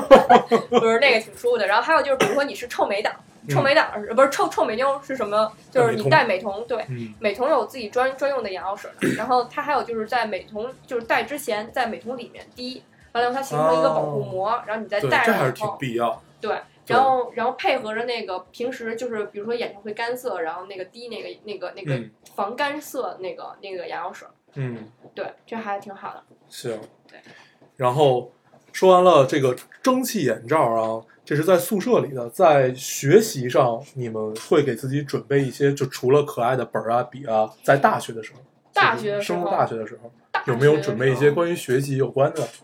Speaker 4: 不是那个挺舒服的。然后还有就是，比如说你是臭美党，臭美党是不是臭臭美妞是什么？就是你带美瞳，对，
Speaker 3: 嗯，
Speaker 4: 美瞳有自己专专用的眼 药水，然后它还有就是在美瞳就是戴之前，在美瞳里面滴，完了以后它形成一个保护膜，然后你再
Speaker 3: 哦对，
Speaker 4: 戴
Speaker 3: 这还是
Speaker 4: 上以
Speaker 3: 挺
Speaker 4: 后，
Speaker 3: 必要。
Speaker 4: 对。
Speaker 3: 对
Speaker 4: 然后，然后配合着那个平时就是，比如说眼睛会干涩，然后那个滴那个那个那个
Speaker 3: 嗯
Speaker 4: 防干涩那个那个眼药水，
Speaker 3: 嗯，
Speaker 4: 对，这还挺好的。
Speaker 3: 行
Speaker 4: 对。
Speaker 3: 然后说完了这个蒸汽眼罩啊，这是在宿舍里的，在学习上你们会给自己准备一些，就除了可爱的本儿啊、笔啊，在大学的时候，
Speaker 4: 大学的时
Speaker 3: 升
Speaker 4: 候
Speaker 3: 入大学的时候，
Speaker 4: 大
Speaker 3: 有没有
Speaker 4: 学的
Speaker 3: 准备一
Speaker 4: 时
Speaker 3: 些
Speaker 4: 候？
Speaker 3: 关于学习有关的？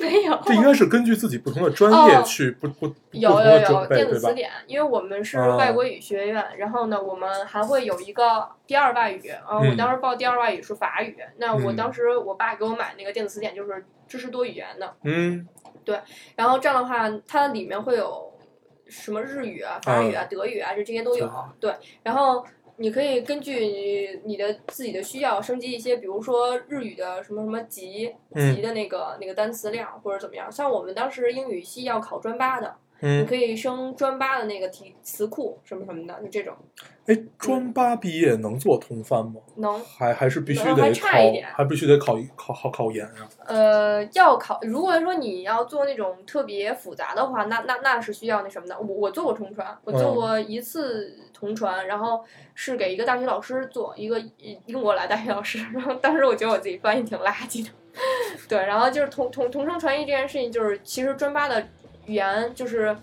Speaker 4: 没有，
Speaker 3: 这应该是根据自己不同的专业
Speaker 4: 哦
Speaker 3: 去不不不不
Speaker 4: 有
Speaker 3: 同
Speaker 4: 有
Speaker 3: 的
Speaker 4: 有
Speaker 3: 准备，
Speaker 4: 电
Speaker 3: 对
Speaker 4: 子
Speaker 3: 吧
Speaker 4: 词？典，因为我们是
Speaker 3: 啊
Speaker 4: 外国语学院，然后呢，我们还会有一个第二外语。啊，
Speaker 3: 嗯
Speaker 4: 我当时报第二外语是法语，那我
Speaker 3: 嗯
Speaker 4: 当时我爸给我买那个电子词典，就是知识多语言的。
Speaker 3: 嗯
Speaker 4: 然后这样的话，它里面会有什么日语啊、法语啊、德语啊，这这些都有。对，然后。你可以根据你你的自己的需要升级一些，比如说日语的什么什么级级
Speaker 3: 嗯
Speaker 4: 的那个、那个单词量或者怎么样。像我们当时英语系要考专八的，你
Speaker 3: 嗯，
Speaker 4: 可以升专八的那个题词库什么什么的，就这种
Speaker 3: 哎，专八毕业能做通翻吗？
Speaker 4: 能
Speaker 3: 还还是必须
Speaker 4: 可能
Speaker 3: 得
Speaker 4: 还
Speaker 3: 考
Speaker 4: 差一点，
Speaker 3: 还必须得考考考考研啊。
Speaker 4: 呃要考。如果说你要做那种特别复杂的话，那那那是需要那什么的。我我做过同传，我做过一次同传，然后是给一个大学老师做，一个英英国来大学老师，然后当时我觉得我自己翻译挺垃圾的。 对，然后就是同同同声传译这件事情，就是其实专八的语言就是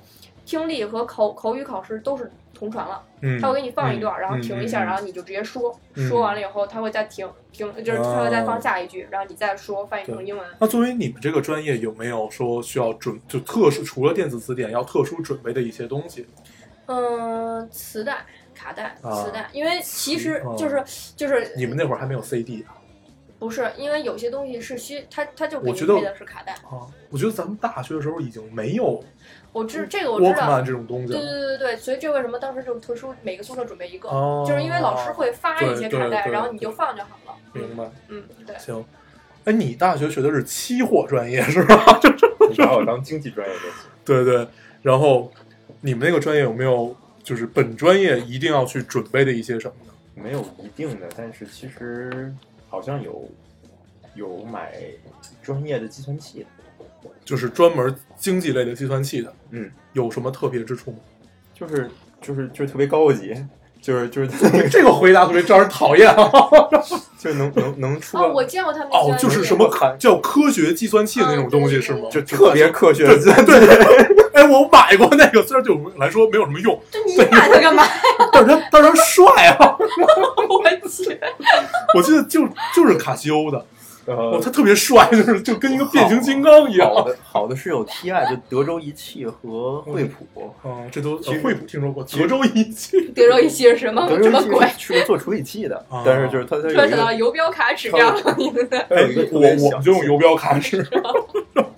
Speaker 4: 听力和口口语考试都是同传了。
Speaker 3: 嗯
Speaker 4: 他会给你放一段，然后停一
Speaker 3: 嗯
Speaker 4: 下，
Speaker 3: 嗯
Speaker 4: 然后你就直接说，
Speaker 3: 嗯
Speaker 4: 说完了以后他会再停停，就是他会
Speaker 3: 哦
Speaker 4: 再放下一句，然后你再说翻译成英文。
Speaker 3: 那作为你们这个专业，有没有说需要准就特殊除了电子词典要特殊准备的一些东西？
Speaker 4: 嗯，磁带、卡带、
Speaker 3: 啊
Speaker 4: 磁带，因为其实
Speaker 3: 哦
Speaker 4: 就是就是
Speaker 3: 你们那会儿还没有 CD 啊？
Speaker 4: 不是，因为有些东西是需他他就给
Speaker 3: 我
Speaker 4: 你
Speaker 3: 觉得
Speaker 4: 配的是卡带，
Speaker 3: 啊，我觉得咱们大学的时候已经没有
Speaker 4: 我知这个我知
Speaker 3: 嗯
Speaker 4: 道
Speaker 3: Walkman，这种东西
Speaker 4: 对对
Speaker 3: 了。
Speaker 4: 对对对，所以这为什么当时就是特殊每个宿舍准备一个，
Speaker 3: 哦
Speaker 4: 就是因为老师会发一些
Speaker 3: 对
Speaker 4: 卡
Speaker 3: 对
Speaker 4: 带，
Speaker 3: 对
Speaker 4: 然后你就放就好了。
Speaker 3: 明白，
Speaker 4: 嗯，嗯对。
Speaker 3: 行。哎，你大学学的是期货专业是吧？
Speaker 5: 你把我当经济专业就行。
Speaker 3: 对对。然后你们那个专业有没有就是本专业一定要去准备的一些什么呢？
Speaker 5: 没有一定的，但是其实好像有有买专业的计算器的。
Speaker 3: 就是专门经济类的计算器的，
Speaker 5: 嗯，
Speaker 3: 有什么特别之处吗？
Speaker 5: 就是就是就是特别高级，就是就是
Speaker 3: 这个回答特别招人讨厌啊！
Speaker 5: 就是能能能出
Speaker 4: 哦，
Speaker 5: 个
Speaker 4: 我见过他们
Speaker 3: 哦，
Speaker 4: 那
Speaker 3: 就
Speaker 4: 专
Speaker 3: 是
Speaker 4: 业
Speaker 3: 什么叫科学计算器的那种东西是吗？
Speaker 4: 嗯
Speaker 5: 就特别科学的计算器。
Speaker 3: 哎，我买过那个，虽然对我们来说没有什么用，
Speaker 4: 就你买它干嘛？
Speaker 3: 但是它但是它帅啊！
Speaker 4: 我去。
Speaker 3: 我记得就就是卡西欧 的，哦，
Speaker 5: 呃
Speaker 3: 它特别帅，就是就跟一个变形金刚一样。
Speaker 5: 好的好的是有 TI，就德州仪器和惠
Speaker 4: 哦
Speaker 5: 普。
Speaker 3: 啊，这都
Speaker 5: 其实
Speaker 3: 惠普听说过，德州仪器
Speaker 4: 德州仪器是什么
Speaker 5: 德
Speaker 4: 什
Speaker 5: 州
Speaker 4: 么
Speaker 5: 仪器
Speaker 4: 鬼？
Speaker 5: 是个做处理器的
Speaker 3: 啊，
Speaker 5: 但是就是它它
Speaker 4: 突然
Speaker 5: 有一
Speaker 4: 想到
Speaker 5: 个
Speaker 4: 游标卡指标了，你们的
Speaker 5: 它有一 个特
Speaker 3: 我
Speaker 5: 别
Speaker 3: 哎我
Speaker 5: 小
Speaker 3: 们就用游标卡 式。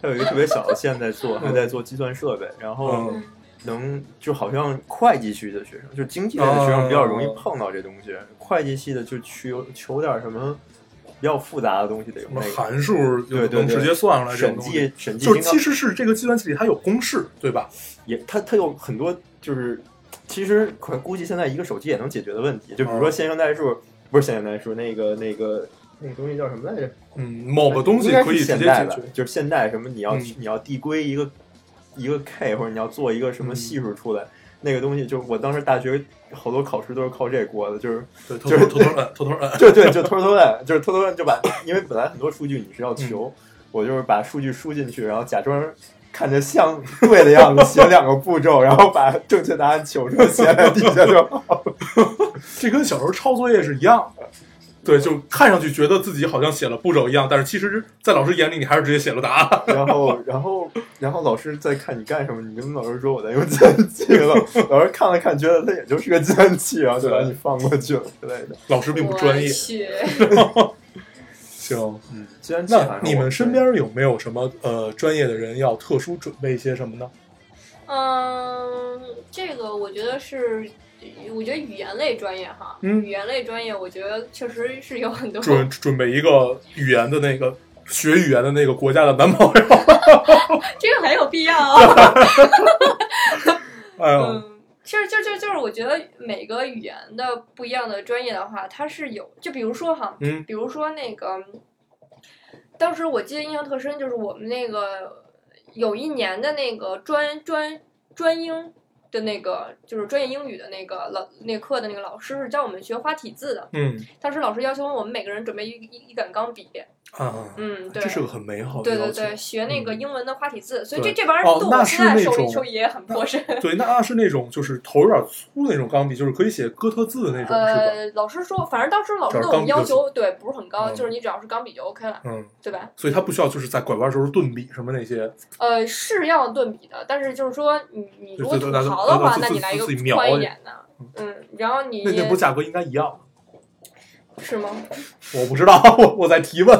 Speaker 5: 它有一个特别小的线在做，还在做计算设备，然后
Speaker 3: 嗯
Speaker 5: 能就好像会计系的学生，就经济类的学生比较
Speaker 3: 哦
Speaker 5: 容易碰到这东西，会计系的就求求点什么比较复杂的东西得用
Speaker 3: 什么
Speaker 5: 那个。
Speaker 3: 函数就
Speaker 5: 对对
Speaker 3: 能
Speaker 5: 对
Speaker 3: 直接算出来这
Speaker 5: 审
Speaker 3: 种东西，
Speaker 5: 计审计
Speaker 3: 就是
Speaker 5: 金
Speaker 3: 其
Speaker 5: 刚
Speaker 3: 实是这个计算器里它有公式，对吧？
Speaker 5: 也它它有很多就是，其实可估计现在一个手机也能解决的问题，就比如
Speaker 3: 嗯
Speaker 5: 说线性代数，不是线性代数，那个那个那个东西叫什么来着？
Speaker 3: 嗯，某个东西
Speaker 5: 应该是
Speaker 3: 可以直接
Speaker 5: 现
Speaker 3: 解
Speaker 5: 代
Speaker 3: 决
Speaker 5: 的，。就是现代什么你要、
Speaker 3: 嗯
Speaker 5: 你要递归一个一个 k 或者你要做一个什
Speaker 3: 嗯
Speaker 5: 么系数出来，那个东西就是我当时大学好多考试都是靠这锅的，就是
Speaker 3: 对，偷偷偷偷摁，偷偷 摁。
Speaker 5: 对对，就偷偷问，就是偷偷问，就把因为本来很多数据你是要求，我就是把数据输进去，然后假装看着像对的样子，写两个步骤，然后把正确答案求出来，写在底下就 好了。
Speaker 3: 这跟小时候抄作业是一样的。对，就看上去觉得自己好像写了步骤一样，但是其实，在老师眼里，你还是直接写了答案。
Speaker 5: 然后，然后，然后老师在看你干什么，你跟老师说我在用计算器 了，老师看了看，觉得它也就是个计算器，然后就把你放过去了之类的。
Speaker 3: 老师 并不专业
Speaker 4: 我。去，
Speaker 3: 行，
Speaker 5: 嗯，计算器好
Speaker 3: 那
Speaker 5: 像是我
Speaker 3: 你们身边有没有什么呃专业的人要特殊准备一些什么呢？
Speaker 4: 嗯，这个我觉得是，我觉得语言类专业哈，
Speaker 3: 嗯
Speaker 4: 语言类专业，我觉得确实是有很 多
Speaker 3: 准准备一个语言的那个学语言的那个国家的男朋友。
Speaker 4: 这个很有必要啊。
Speaker 3: 哎呦，
Speaker 4: 嗯，其实就就就是我觉得每个语言的不一样的专业的话，它是有，就比如说哈，
Speaker 3: 嗯
Speaker 4: 比如说那个，当时我记得印象特深，就是我们那个有一年的那个专专专英的那个，就是专业英语的那个老那课的那个老师是教我们学花体字的。
Speaker 3: 嗯
Speaker 4: 当时老师要求我们每个人准备一一一杆钢笔，
Speaker 3: 啊，
Speaker 4: 嗯，对
Speaker 3: 这，是个很美好的
Speaker 4: 对
Speaker 3: 要
Speaker 4: 对
Speaker 3: 求。
Speaker 4: 对，学那个
Speaker 3: 嗯
Speaker 4: 英文的花体字，所以这
Speaker 3: 对
Speaker 4: 这玩意
Speaker 3: 哦
Speaker 4: 儿对
Speaker 3: 那
Speaker 4: 我
Speaker 3: 是
Speaker 4: 现在
Speaker 3: 那
Speaker 4: 受益
Speaker 3: 种
Speaker 4: 受益也很颇深。
Speaker 3: 对，那啊是那种就是头有点粗的那种钢笔，就是可以写哥特字的那种，是吧？
Speaker 4: 呃，老师说，反正当时老师
Speaker 3: 只要是
Speaker 4: 对我们
Speaker 3: 钢笔就
Speaker 4: 要求对不是很高，
Speaker 3: 嗯
Speaker 4: 就是你只要是钢笔就 OK 了，
Speaker 3: 嗯，
Speaker 4: 对吧？
Speaker 3: 所以他不需要就是在拐弯时候顿笔什么那些。
Speaker 4: 呃，是要顿笔的，但是就是说你你如果
Speaker 3: 对
Speaker 4: 土
Speaker 3: 对对
Speaker 4: 豪的
Speaker 3: 对
Speaker 4: 话
Speaker 3: 对，
Speaker 4: 那
Speaker 3: 自
Speaker 4: 你来一个
Speaker 3: 自己瞄
Speaker 4: 宽
Speaker 3: 一
Speaker 4: 一点的，嗯，然后你
Speaker 3: 那那不是价格应该一样吗？
Speaker 4: 是吗？
Speaker 3: 我不知道，我我在提问。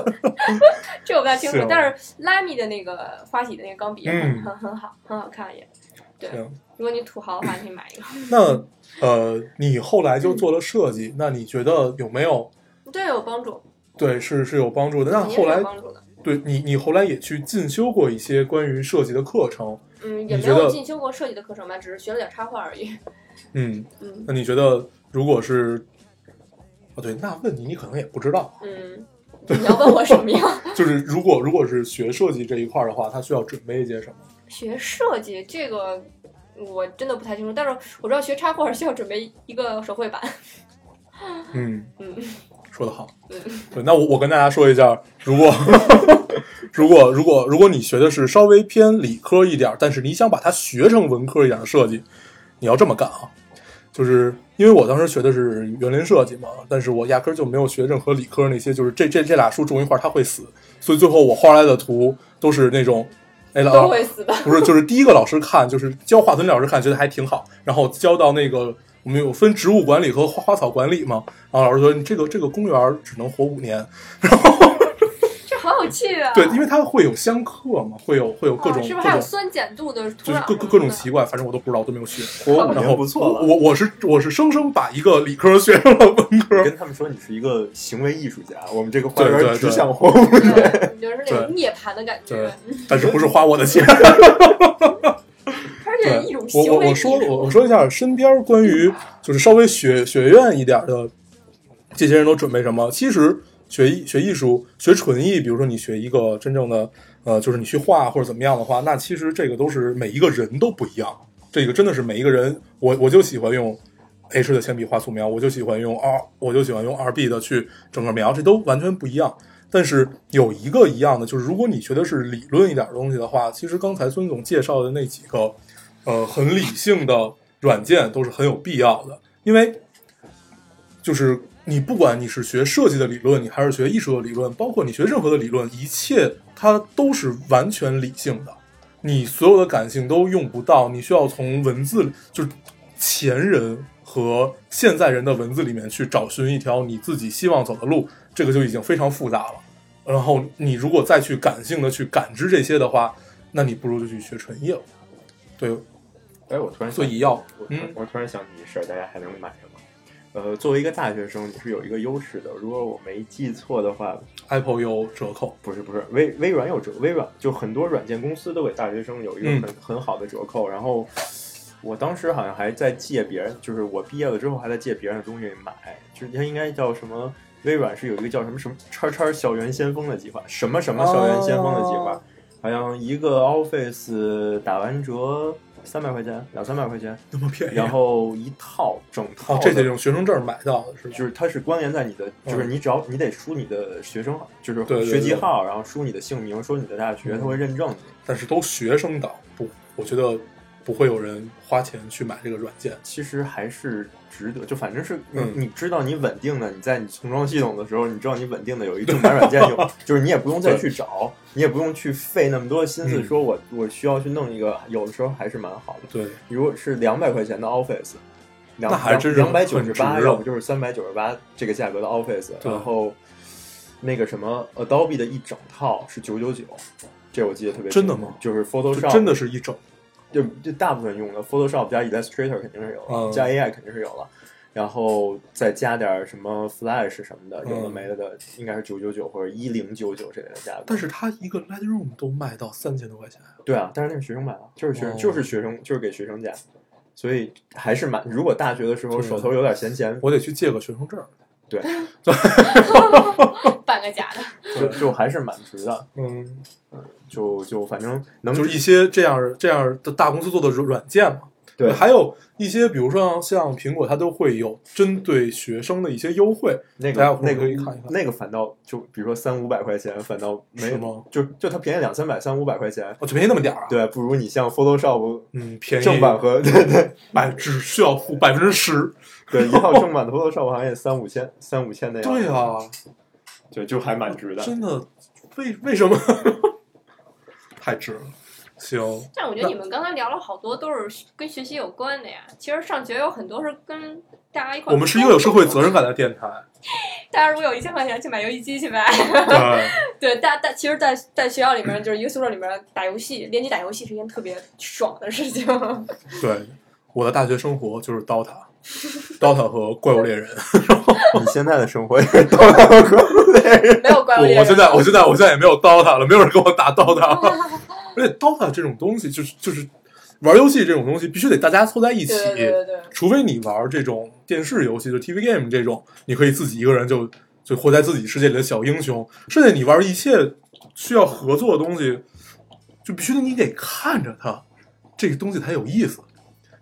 Speaker 4: 这我不太清楚
Speaker 3: 是哦，
Speaker 4: 但是拉米的那个花体的那个钢笔也
Speaker 3: 嗯
Speaker 4: 很很很好，很好看也。对
Speaker 3: 行，
Speaker 4: 如果你土豪的话，你买一个。
Speaker 3: 嗯那呃，你后来就做了设计，那你觉得有没有
Speaker 4: 对，有帮助，
Speaker 3: 对是是有帮助的？那
Speaker 4: 肯定
Speaker 3: 后
Speaker 4: 是有
Speaker 3: 来
Speaker 4: 帮助的。
Speaker 3: 对你你后来也去进修过一些关于设计的课程，
Speaker 4: 嗯，也
Speaker 3: 你
Speaker 4: 没
Speaker 3: 觉得
Speaker 4: 有进修过设计的课程吧，只是学了点插画而已。
Speaker 3: 嗯，
Speaker 4: 嗯
Speaker 3: 那你觉得如果是啊，对，那问你你可能也不知道，
Speaker 4: 嗯， 你要问我什么呀？
Speaker 3: 就是如果如果是学设计这一块儿的话，他需要准备一些什么？
Speaker 4: 学设计这个我真的不太清楚，但是我知道学插画需要准备一个手绘板。
Speaker 3: 嗯
Speaker 4: 嗯，
Speaker 3: 说得好
Speaker 4: 嗯。
Speaker 3: 对，那我我跟大家说一下，如果 如果如果如果你学的是稍微偏理科一点儿，但是你想把它学成文科一点儿的设计，你要这么干啊，就是因为我当时学的是园林设计嘛，但是我压根儿就没有学任何理科那些，就是这这这俩树种一块儿它会死，所以最后我画出来的图都是那种。哎，老
Speaker 4: 都会死的。
Speaker 3: 不是，就是第一个老师看，就是教化粪老师看，觉得还挺好。然后教到那个我们有分植物管理和花花草管理嘛，然后老师说你这个这个公园儿只能活五年，
Speaker 4: 这好有趣啊！
Speaker 3: 对，因为它会有相克嘛，会有会有各种、
Speaker 4: 啊、是不
Speaker 3: 各
Speaker 4: 是还有
Speaker 3: 种。
Speaker 4: 酸碱度的土
Speaker 3: 就是
Speaker 4: 壤
Speaker 3: 各
Speaker 4: 什
Speaker 3: 各
Speaker 4: 么
Speaker 3: 各种
Speaker 4: 的
Speaker 3: 奇怪，反正我都不知道，都没有学。
Speaker 5: 活五
Speaker 3: 然
Speaker 5: 年
Speaker 3: 后
Speaker 5: 不错了
Speaker 3: 我我我是我是生生把一个理科学成了文科，
Speaker 5: 跟他们说你是一个行为艺术家，我们这个花
Speaker 3: 对对
Speaker 5: 园
Speaker 3: 对
Speaker 5: 只想活。
Speaker 4: 对，你就是那种涅槃的感觉嗯
Speaker 3: 对，但是不是花我的钱。
Speaker 4: 而且一种
Speaker 3: 我
Speaker 4: 行
Speaker 3: 我
Speaker 4: 为
Speaker 3: 我
Speaker 4: 艺术
Speaker 3: 说我我说一下身边关于就是稍微学学院一点的这些人都准备什么？其实学艺学艺术学纯艺，比如说你学一个真正的呃，就是你去画或者怎么样的话，那其实这个都是每一个人都不一样。这个真的是每一个人，我我就喜欢用 H 的铅笔画素描，我就喜欢用 R，我就喜欢用 RB 的去整个描，这都完全不一样。但是有一个一样的，就是如果你学的是理论一点的东西的话，其实刚才孙总介绍的那几个，呃，很理性的软件都是很有必要的，因为就是你不管你是学设计的理论，你还是学艺术的理论，包括你学任何的理论，一切它都是完全理性的，你所有的感性都用不到，你需要从文字里就是前人和现在人的文字里面去找寻一条你自己希望走的路，这个就已经非常复杂了。然后你如果再去感性的去感知这些的话，那你不如就去学纯艺了。对，
Speaker 5: 哎，我突然
Speaker 3: 所
Speaker 5: 想
Speaker 3: 以要
Speaker 5: 我
Speaker 3: 嗯
Speaker 5: 我突然想起一事儿，大家还能买什么？呃，作为一个大学生，你是有一个优势的。如果我没记错的话，
Speaker 3: Apple 有折扣，
Speaker 5: 不是不是，微微软有折，微软就很多软件公司都给大学生有一个很、
Speaker 3: 嗯
Speaker 5: 很好的折扣。然后我当时好像还在借别人，就是我毕业了之后还在借别人的东西买，就是它应该叫什么？微软是有一个叫什么什么叉叉校园先锋的计划，什么什么校园先锋的计划，
Speaker 3: 哦
Speaker 5: 好像一个 Office 打完折三百块钱，两三百块钱，
Speaker 3: 那么便宜。啊
Speaker 5: 然后一套整套
Speaker 3: 哦
Speaker 5: 的、，
Speaker 3: 这得用学生证买到的是吧？
Speaker 5: 就是它是关联在你的，就是
Speaker 3: 嗯
Speaker 5: 你只要你得输你的学生号，就是
Speaker 3: 对对
Speaker 5: 学籍
Speaker 3: 对
Speaker 5: 号，然后输你的姓名，说你的大学，
Speaker 3: 嗯
Speaker 5: 它会认证你。
Speaker 3: 但是都学生党，不，我觉得不会有人花钱去买这个软件。
Speaker 5: 其实还是值得，就反正是你
Speaker 3: 嗯
Speaker 5: 你知道你稳定的，你在你重装系统的时候，你知道你稳定的有一个正版软件 有，就是你也不用再去找，你也不用去费那么多心思，
Speaker 3: 嗯
Speaker 5: 说我我需要去弄一个，有的时候还是蛮好的。
Speaker 3: 对，
Speaker 5: 如果是两百块钱的 Office，两
Speaker 3: 那还真是
Speaker 5: 两百
Speaker 3: 很
Speaker 5: 九十
Speaker 3: 值啊
Speaker 5: 八，要不就是三百九十八这个价格的 Office，
Speaker 3: 对
Speaker 5: 然后那个什么 Adobe 的一整套是九九九，这我记得特别清
Speaker 3: 真的吗
Speaker 5: 就是 Photoshop
Speaker 3: 就真的是一整，
Speaker 5: 就就大部分用的 Photoshop 加 Illustrator 肯定是有了，
Speaker 3: 嗯
Speaker 5: 加 AI 肯定是有了，然后再加点什么 Flash 什么的，有的
Speaker 3: 嗯
Speaker 5: 没的的，应该是九九九或者一零九九这类的价格。
Speaker 3: 但是它一个 Lightroom 都卖到三千多块钱，
Speaker 5: 对啊，但是那是学生买啊，就是学生，
Speaker 3: 哦
Speaker 5: 就是学生，就是给学生价，所以还是蛮。如果大学的时候
Speaker 3: 对啊
Speaker 5: 手头有点闲钱，
Speaker 3: 我得去借个学生证。
Speaker 5: 对，
Speaker 4: 半个假的，
Speaker 5: 就就还是蛮值的。
Speaker 3: 嗯，
Speaker 5: 就就反正能
Speaker 3: 就是一些这样这样的大公司做的软软件嘛。
Speaker 5: 对，
Speaker 3: 还有一些，比如说像苹果，它都会有针对学生的一些优惠。
Speaker 5: 那
Speaker 3: 大家
Speaker 5: 个
Speaker 3: 回
Speaker 5: 那
Speaker 3: 头
Speaker 5: 个
Speaker 3: 可以看一看
Speaker 5: 那个反倒就比如说三五百块钱，反倒没
Speaker 3: 是吗
Speaker 5: 有，就就它便宜两三百、三五百块钱，
Speaker 3: 哦，就便宜那么点儿啊？，
Speaker 5: 对，不如你像 Photoshop
Speaker 3: 嗯，便宜
Speaker 5: 正 版和对对
Speaker 3: 买只需要付百分之十。
Speaker 5: 对，一套正版的 Photoshop 好像也三五千、三五千那样。
Speaker 3: 对啊，
Speaker 5: 对，就还蛮值的。
Speaker 3: 真的，为为什么 太值了？行，
Speaker 4: 但我觉得你们刚才聊了好多都是跟学习有关的呀。其实上学有很多是跟大家一块儿。
Speaker 3: 我们是一个有社会责任感的电台。
Speaker 4: 大家如果有一千块钱去买游戏机去买，
Speaker 3: 对，
Speaker 4: 对，大大其实在，在学校里面就是一个宿舍里面打游戏，联机打游戏是一件特别爽的事情。
Speaker 3: 对，我的大学生活就是 DOTA、DOTA 和怪物猎人。
Speaker 5: 你现在的生活也是多大的
Speaker 4: 没有怪物
Speaker 3: 我
Speaker 4: 猎人，
Speaker 3: 我现在我现在我现在也没有 DOTA 了，没有人跟我打 DOTA 了。而且 DOTA 这种东西，就是就是玩游戏这种东西，必须得大家凑在一起。
Speaker 4: 对对对对，
Speaker 3: 除非你玩这种电视游戏，就 TV game 这种，你可以自己一个人就就活在自己世界里的小英雄。剩下你玩一切需要合作的东西，就必须得你得看着它，这个东西才有意思，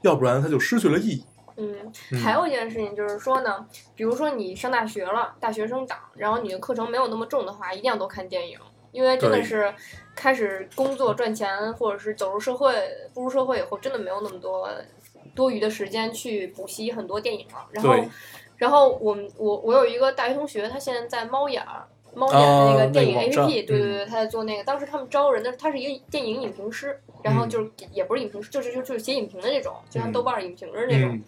Speaker 3: 要不然它就失去了意义。嗯
Speaker 4: 嗯，还有一件事情就是说呢，比如说你上大学了，大学生党，然后你的课程没有那么重的话，一定要多看电影，因为真的
Speaker 3: 对
Speaker 4: 是开始工作赚钱，或者是走入社会、步入社会以后，真的没有那么多多余的时间去补习很多电影了。然后
Speaker 3: 对，
Speaker 4: 然后我们我我有一个大学同学，他现在在猫眼儿。猫眼的那
Speaker 3: 啊
Speaker 4: 个电
Speaker 3: 那
Speaker 4: 影
Speaker 3: 个网
Speaker 4: APP，、
Speaker 3: 站嗯
Speaker 4: 对对对，他在做那个。当时他们招人的，他是一个电影影评师，然后就是也不是影评师，就是就是就是写影评的那种，就
Speaker 3: 嗯
Speaker 4: 像豆瓣儿影评的那种。
Speaker 3: 嗯，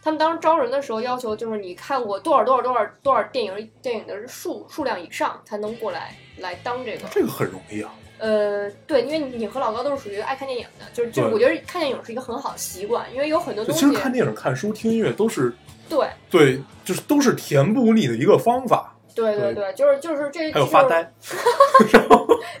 Speaker 4: 他们当时招人的时候要求就是你看过多少多少多少多少电影电影的数数量以上才能过来来当这个。
Speaker 3: 这个很容易啊。
Speaker 4: 呃，对，因为你和老高都是属于爱看电影的，就是就是
Speaker 3: 对
Speaker 4: 我觉得看电影是一个很好的习惯，因为有很多
Speaker 3: 就
Speaker 4: 东
Speaker 3: 其
Speaker 4: 西
Speaker 3: 实看电影、看书、听音乐都是
Speaker 4: 对
Speaker 3: 对，就是都是填补你的一个方法。
Speaker 4: 对
Speaker 3: 对
Speaker 4: 对对，就是就是这
Speaker 3: 还有发，呆，
Speaker 4: 就是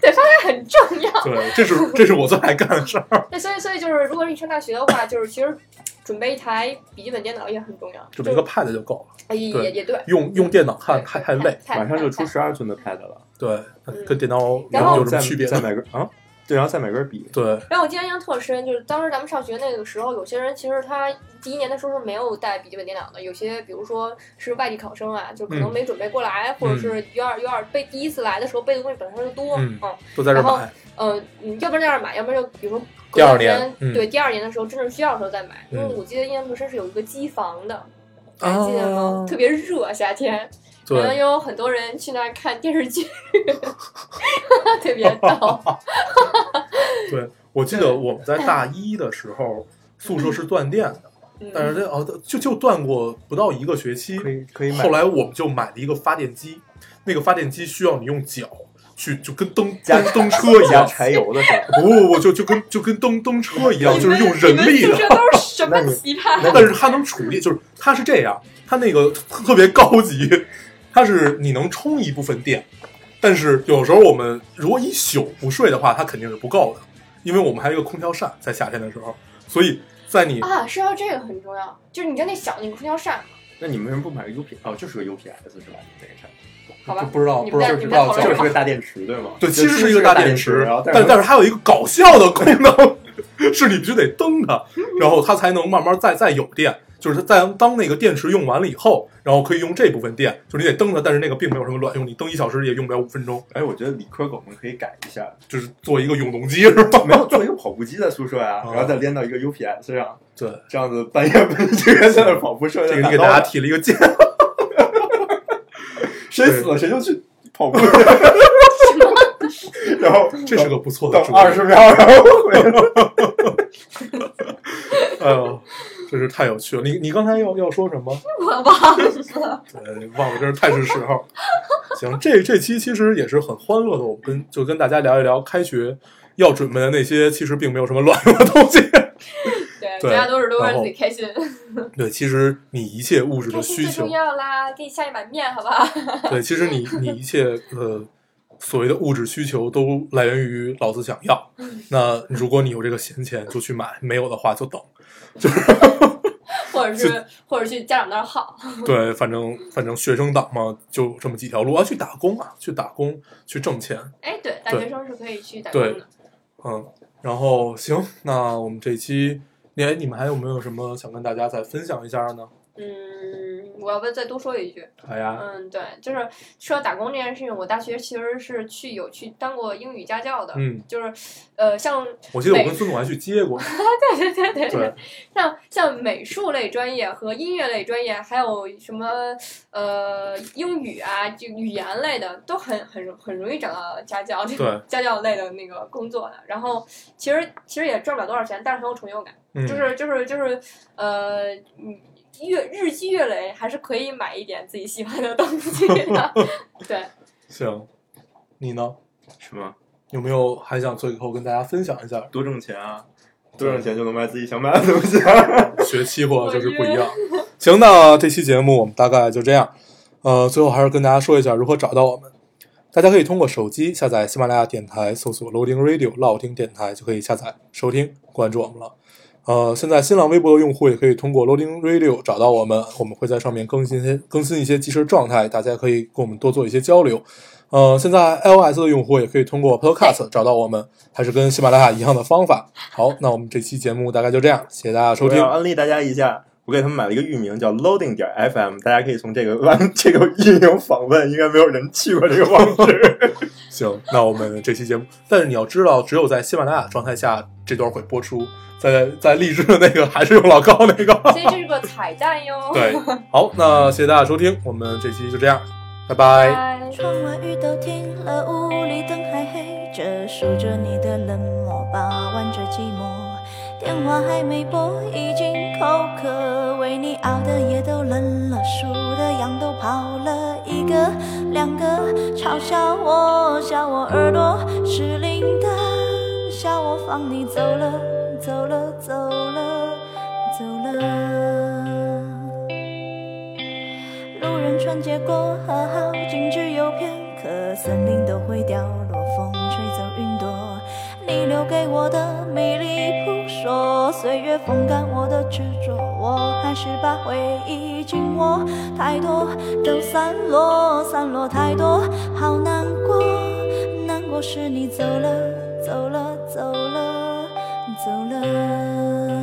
Speaker 4: 对发呆很重要。
Speaker 3: 对，这是这是我最爱干的事儿。
Speaker 4: 对，所以所以就是如果你上大学的话，就是其实准备一台笔记本电脑也很重要，
Speaker 3: 准
Speaker 4: 就
Speaker 3: 备一个 Pad 就够了，
Speaker 4: 哎也也对，
Speaker 3: 用用电脑看太太累。
Speaker 5: 马上就出
Speaker 4: 太
Speaker 5: 十二寸的 Pad 了，
Speaker 3: 对，
Speaker 4: 嗯
Speaker 3: 跟电脑
Speaker 4: 然
Speaker 3: 有
Speaker 4: 后
Speaker 3: 有什
Speaker 5: 再
Speaker 3: 么区别呢？
Speaker 5: 再买根啊，对，然后再买根笔，
Speaker 3: 对，
Speaker 4: 然后我记得印象特深，就是当时咱们上学那个时候，有些人其实他第一年的时候是没有带笔记本电脑的，有些比如说是外地考生啊，就可能
Speaker 3: 嗯
Speaker 4: 没准备过来，或者是有点有点背第一次来的时候背的东西本身就多，
Speaker 3: 嗯
Speaker 4: 嗯
Speaker 3: 都在这儿
Speaker 4: 然后
Speaker 3: 买。
Speaker 4: 呃，嗯要不然在那儿买，要不然就比如说
Speaker 3: 第二
Speaker 4: 隔两
Speaker 3: 年嗯
Speaker 4: 对第二年的时候真正需要的时候再买，因为
Speaker 3: 嗯
Speaker 4: 我记得印象特深是有一个机房的，
Speaker 5: 哦
Speaker 4: 还记得吗
Speaker 3: 啊？，
Speaker 4: 特别热夏天，然后
Speaker 3: 对，
Speaker 4: 有很多人去那儿看电视剧， 特别 逗，
Speaker 3: 我记得我们在大一的时候，宿舍是断电的，但是
Speaker 4: 嗯，
Speaker 3: 这哦就就断过不到一个学期。
Speaker 5: 可以 可以买。
Speaker 3: 后来我们就买了一个发电机，那个发电机需要你用脚去，就跟蹬
Speaker 5: 加
Speaker 3: 跟蹬车一
Speaker 5: 加
Speaker 3: 样。
Speaker 5: 柴油的时候，
Speaker 3: 不不不，就就跟就跟蹬蹬车一样，就是用人力
Speaker 4: 你们宿
Speaker 3: 的。
Speaker 4: 舍都是什么
Speaker 5: 那你
Speaker 4: 奇葩？
Speaker 3: 但是它能处理，就是它是这样，它那个特特别高级，它是你能充一部分电，但是有时候我们如果一宿不睡的话，它肯定是不够的，因为我们还有一个空调扇，在夏天的时候，所以在你
Speaker 4: 啊，是要这个很重要，就是你家那小那个空调扇，
Speaker 5: 那你们为什么不买个 U P？哦，就是个 U P S 是吧？那个产品
Speaker 4: 好吧
Speaker 3: 不？不知道
Speaker 4: 你
Speaker 3: 不
Speaker 4: 们
Speaker 3: 知
Speaker 4: 在
Speaker 3: 道不知道
Speaker 4: 你们在
Speaker 5: 就
Speaker 3: 叫
Speaker 5: 是
Speaker 3: 什
Speaker 4: 讨论
Speaker 5: 个
Speaker 3: 么，
Speaker 5: 大电池对吗？
Speaker 3: 哦对，
Speaker 5: 就
Speaker 3: 其实
Speaker 5: 是
Speaker 3: 一个
Speaker 5: 大
Speaker 3: 大电
Speaker 5: 池，
Speaker 3: 池
Speaker 5: 然后，
Speaker 3: 但但是它有一个搞笑的功能，是你必须得蹬它，然后它才能慢慢再再有电。就是它在当那个电池用完了以后，然后可以用这部分电，就是你得蹬它，但是那个并没有什么卵用，你蹬一小时也用不了五分钟。
Speaker 5: 哎，我觉得理科狗们可以改一下，
Speaker 3: 就是做一个永动机是吧？
Speaker 5: 没有做一个跑步机在宿舍呀、
Speaker 3: 哦
Speaker 5: 然后再连到一个 UPS 上，
Speaker 3: 对，
Speaker 5: 这样子半夜不这个在那跑步，睡
Speaker 3: 这个你给大家提了一个建议，
Speaker 5: 谁死了谁就去 跑步，然后
Speaker 3: 这是个不错的
Speaker 5: 等
Speaker 3: 主意。
Speaker 5: 二十，秒，然后回 来。
Speaker 3: 哎呦，真是太有趣了！你你刚才要要说什么？
Speaker 4: 我忘了，
Speaker 3: 对，忘了，真是太是时候。 行，这这期其实也是很欢乐的，我们跟就跟大家聊一聊开学要准备的那些，其实并没有什么卵用的东西。
Speaker 4: 对，
Speaker 3: 对
Speaker 4: 大家都是都是
Speaker 3: 然后
Speaker 4: 让自己开心，
Speaker 3: 对，其实你一切物质
Speaker 4: 开
Speaker 3: 的
Speaker 4: 心
Speaker 3: 需
Speaker 4: 最
Speaker 3: 求
Speaker 4: 重，要啦，给你下一碗面，好不好？
Speaker 3: 对，其实你你一切呃所谓的物质需求都来源于老子想要。
Speaker 4: 嗯
Speaker 3: 那如果你有这个闲钱，就去买；没有的话，就等。
Speaker 4: 或者是或者去家长那儿耗，
Speaker 3: 对，反正反正学生党嘛，就这么几条路，要去打工啊，去打工，去挣钱。
Speaker 4: 哎，对，大
Speaker 3: 对
Speaker 4: 学生是可以去打工的。
Speaker 3: 嗯，然后行，那我们这期，哎，你们还有没有什么想跟大家再分享一下呢？
Speaker 4: 嗯，我要不再多说一句，
Speaker 3: 哎呀，
Speaker 4: 嗯，对，就是说打工这件事情，我大学其实是去有去当过英语家教的，
Speaker 3: 嗯，
Speaker 4: 就是呃，像
Speaker 3: 我记得我
Speaker 4: 对
Speaker 3: 跟孙总还去接过，
Speaker 4: 对对 对
Speaker 3: 对，
Speaker 4: 像像美术类专业和音乐类专业，还有什么呃英语啊，就语言类的，都很很容很容易找到家教，
Speaker 3: 对
Speaker 4: 家教类的那个工作的。然后其实其实也赚不了多少钱，但是很有成就感，
Speaker 3: 嗯，
Speaker 4: 就是就是就是呃嗯。月日积月累，还是可以买一点自己喜欢的东西的。 对，
Speaker 3: 行，你呢？
Speaker 5: 什么？
Speaker 3: 有没有还想最后跟大家分享一下？
Speaker 5: 多挣钱啊！多挣钱就能买自己想买的东西、啊。
Speaker 3: 学期货就是不一样。行，那这期节目我们大概就这样。呃，最后还是跟大家说一下如何找到我们。大家可以通过手机下载喜马拉雅电台，搜索 Loading Radio 老听电台就可以下载收听，关注我们了。呃，现在新浪微博的用户也可以通过 Loading Radio 找到我们，我们会在上面更新一些更新一些即时状态，大家可以跟我们多做一些交流。呃，现在 iOS 的用户也可以通过 Podcast 找到我们，还是跟喜马拉雅一样的方法。好，那我们这期节目大概就这样，谢谢大家收
Speaker 5: 我
Speaker 3: 听
Speaker 5: 要。安利大家一下，我给他们买了一个域名叫 Loading 点 FM，大家可以从这个网 这个域名访问，应该没有人去过这个网址。
Speaker 3: 行，那我们这期节目，但是你要知道，只有在喜马拉雅状态下这段会播出，在在荔枝的那个还是用老高那个。
Speaker 4: 所以这是个彩蛋哟。
Speaker 3: 对，好，那谢谢大家收听，我们这期就这样，拜
Speaker 4: 拜
Speaker 3: 拜。
Speaker 4: 拜。
Speaker 2: 窗外雨都停了，屋里灯还黑着，数着你的冷漠，把玩着寂寞。电话还没拨，已经口渴，为你熬的夜都冷了，数的羊都跑了一个两个，嘲笑我，笑我耳朵是铃铛，笑我放你走了，走了，走了，走了。路人穿街过河，好景只有片刻，森林都会掉落，风吹走云朵。你留给我的迷离扑朔，岁月风干我的执着，我还是把回忆紧握。太多都散落，散落太多，好难过，难过是你走了，走了，走了，走了。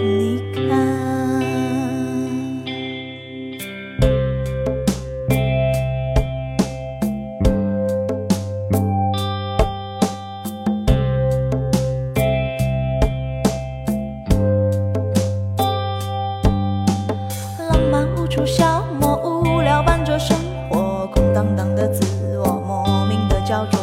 Speaker 2: 你看。浪漫无处消磨，无聊伴着生活，空荡荡的自我，莫名的焦灼。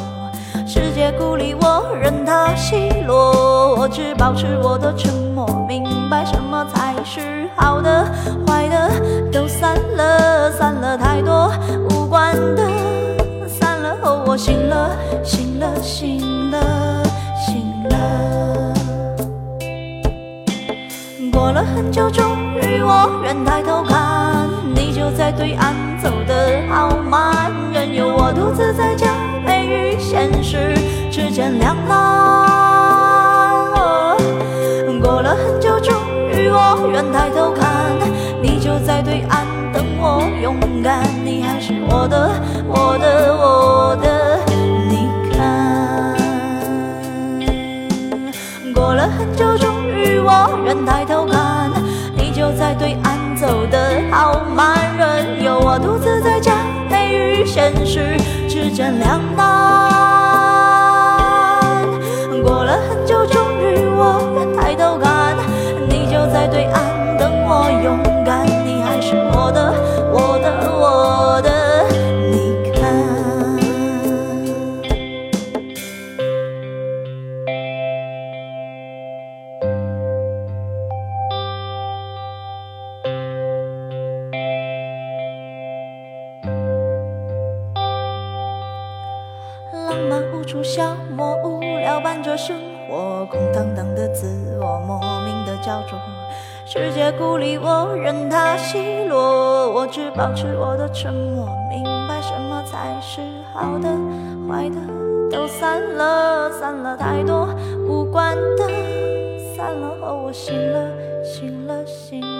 Speaker 2: 世界孤立我，任它奚落，我只保持我的沉默，明白什么才是好的，坏的都散了，散了太多无关的，散了后我醒了，醒了，醒了，醒了。过了很久，终于我愿抬头看，你就在对岸，走得好慢。任由我独自在假寐与现实之间两难。过了很久，终于我愿抬头看，你就在对岸等我勇敢。你还是我的，我的，我的，你看。过了很久，终于我愿抬头看，你就在对岸走得好慢，任由我独自在假寐与现实之间两难。过了很久，终于我愿抬头看，你就在对岸等我勇敢，你还是我的，我的，我的，你看。浪漫无处消磨，无聊伴着生活，空荡荡的自我，莫名的焦灼。世界孤立我，任它奚落，我只保持我的沉默，明白什么才是好的，坏的都散了，散了太多无关的，散了后我醒了，醒了，醒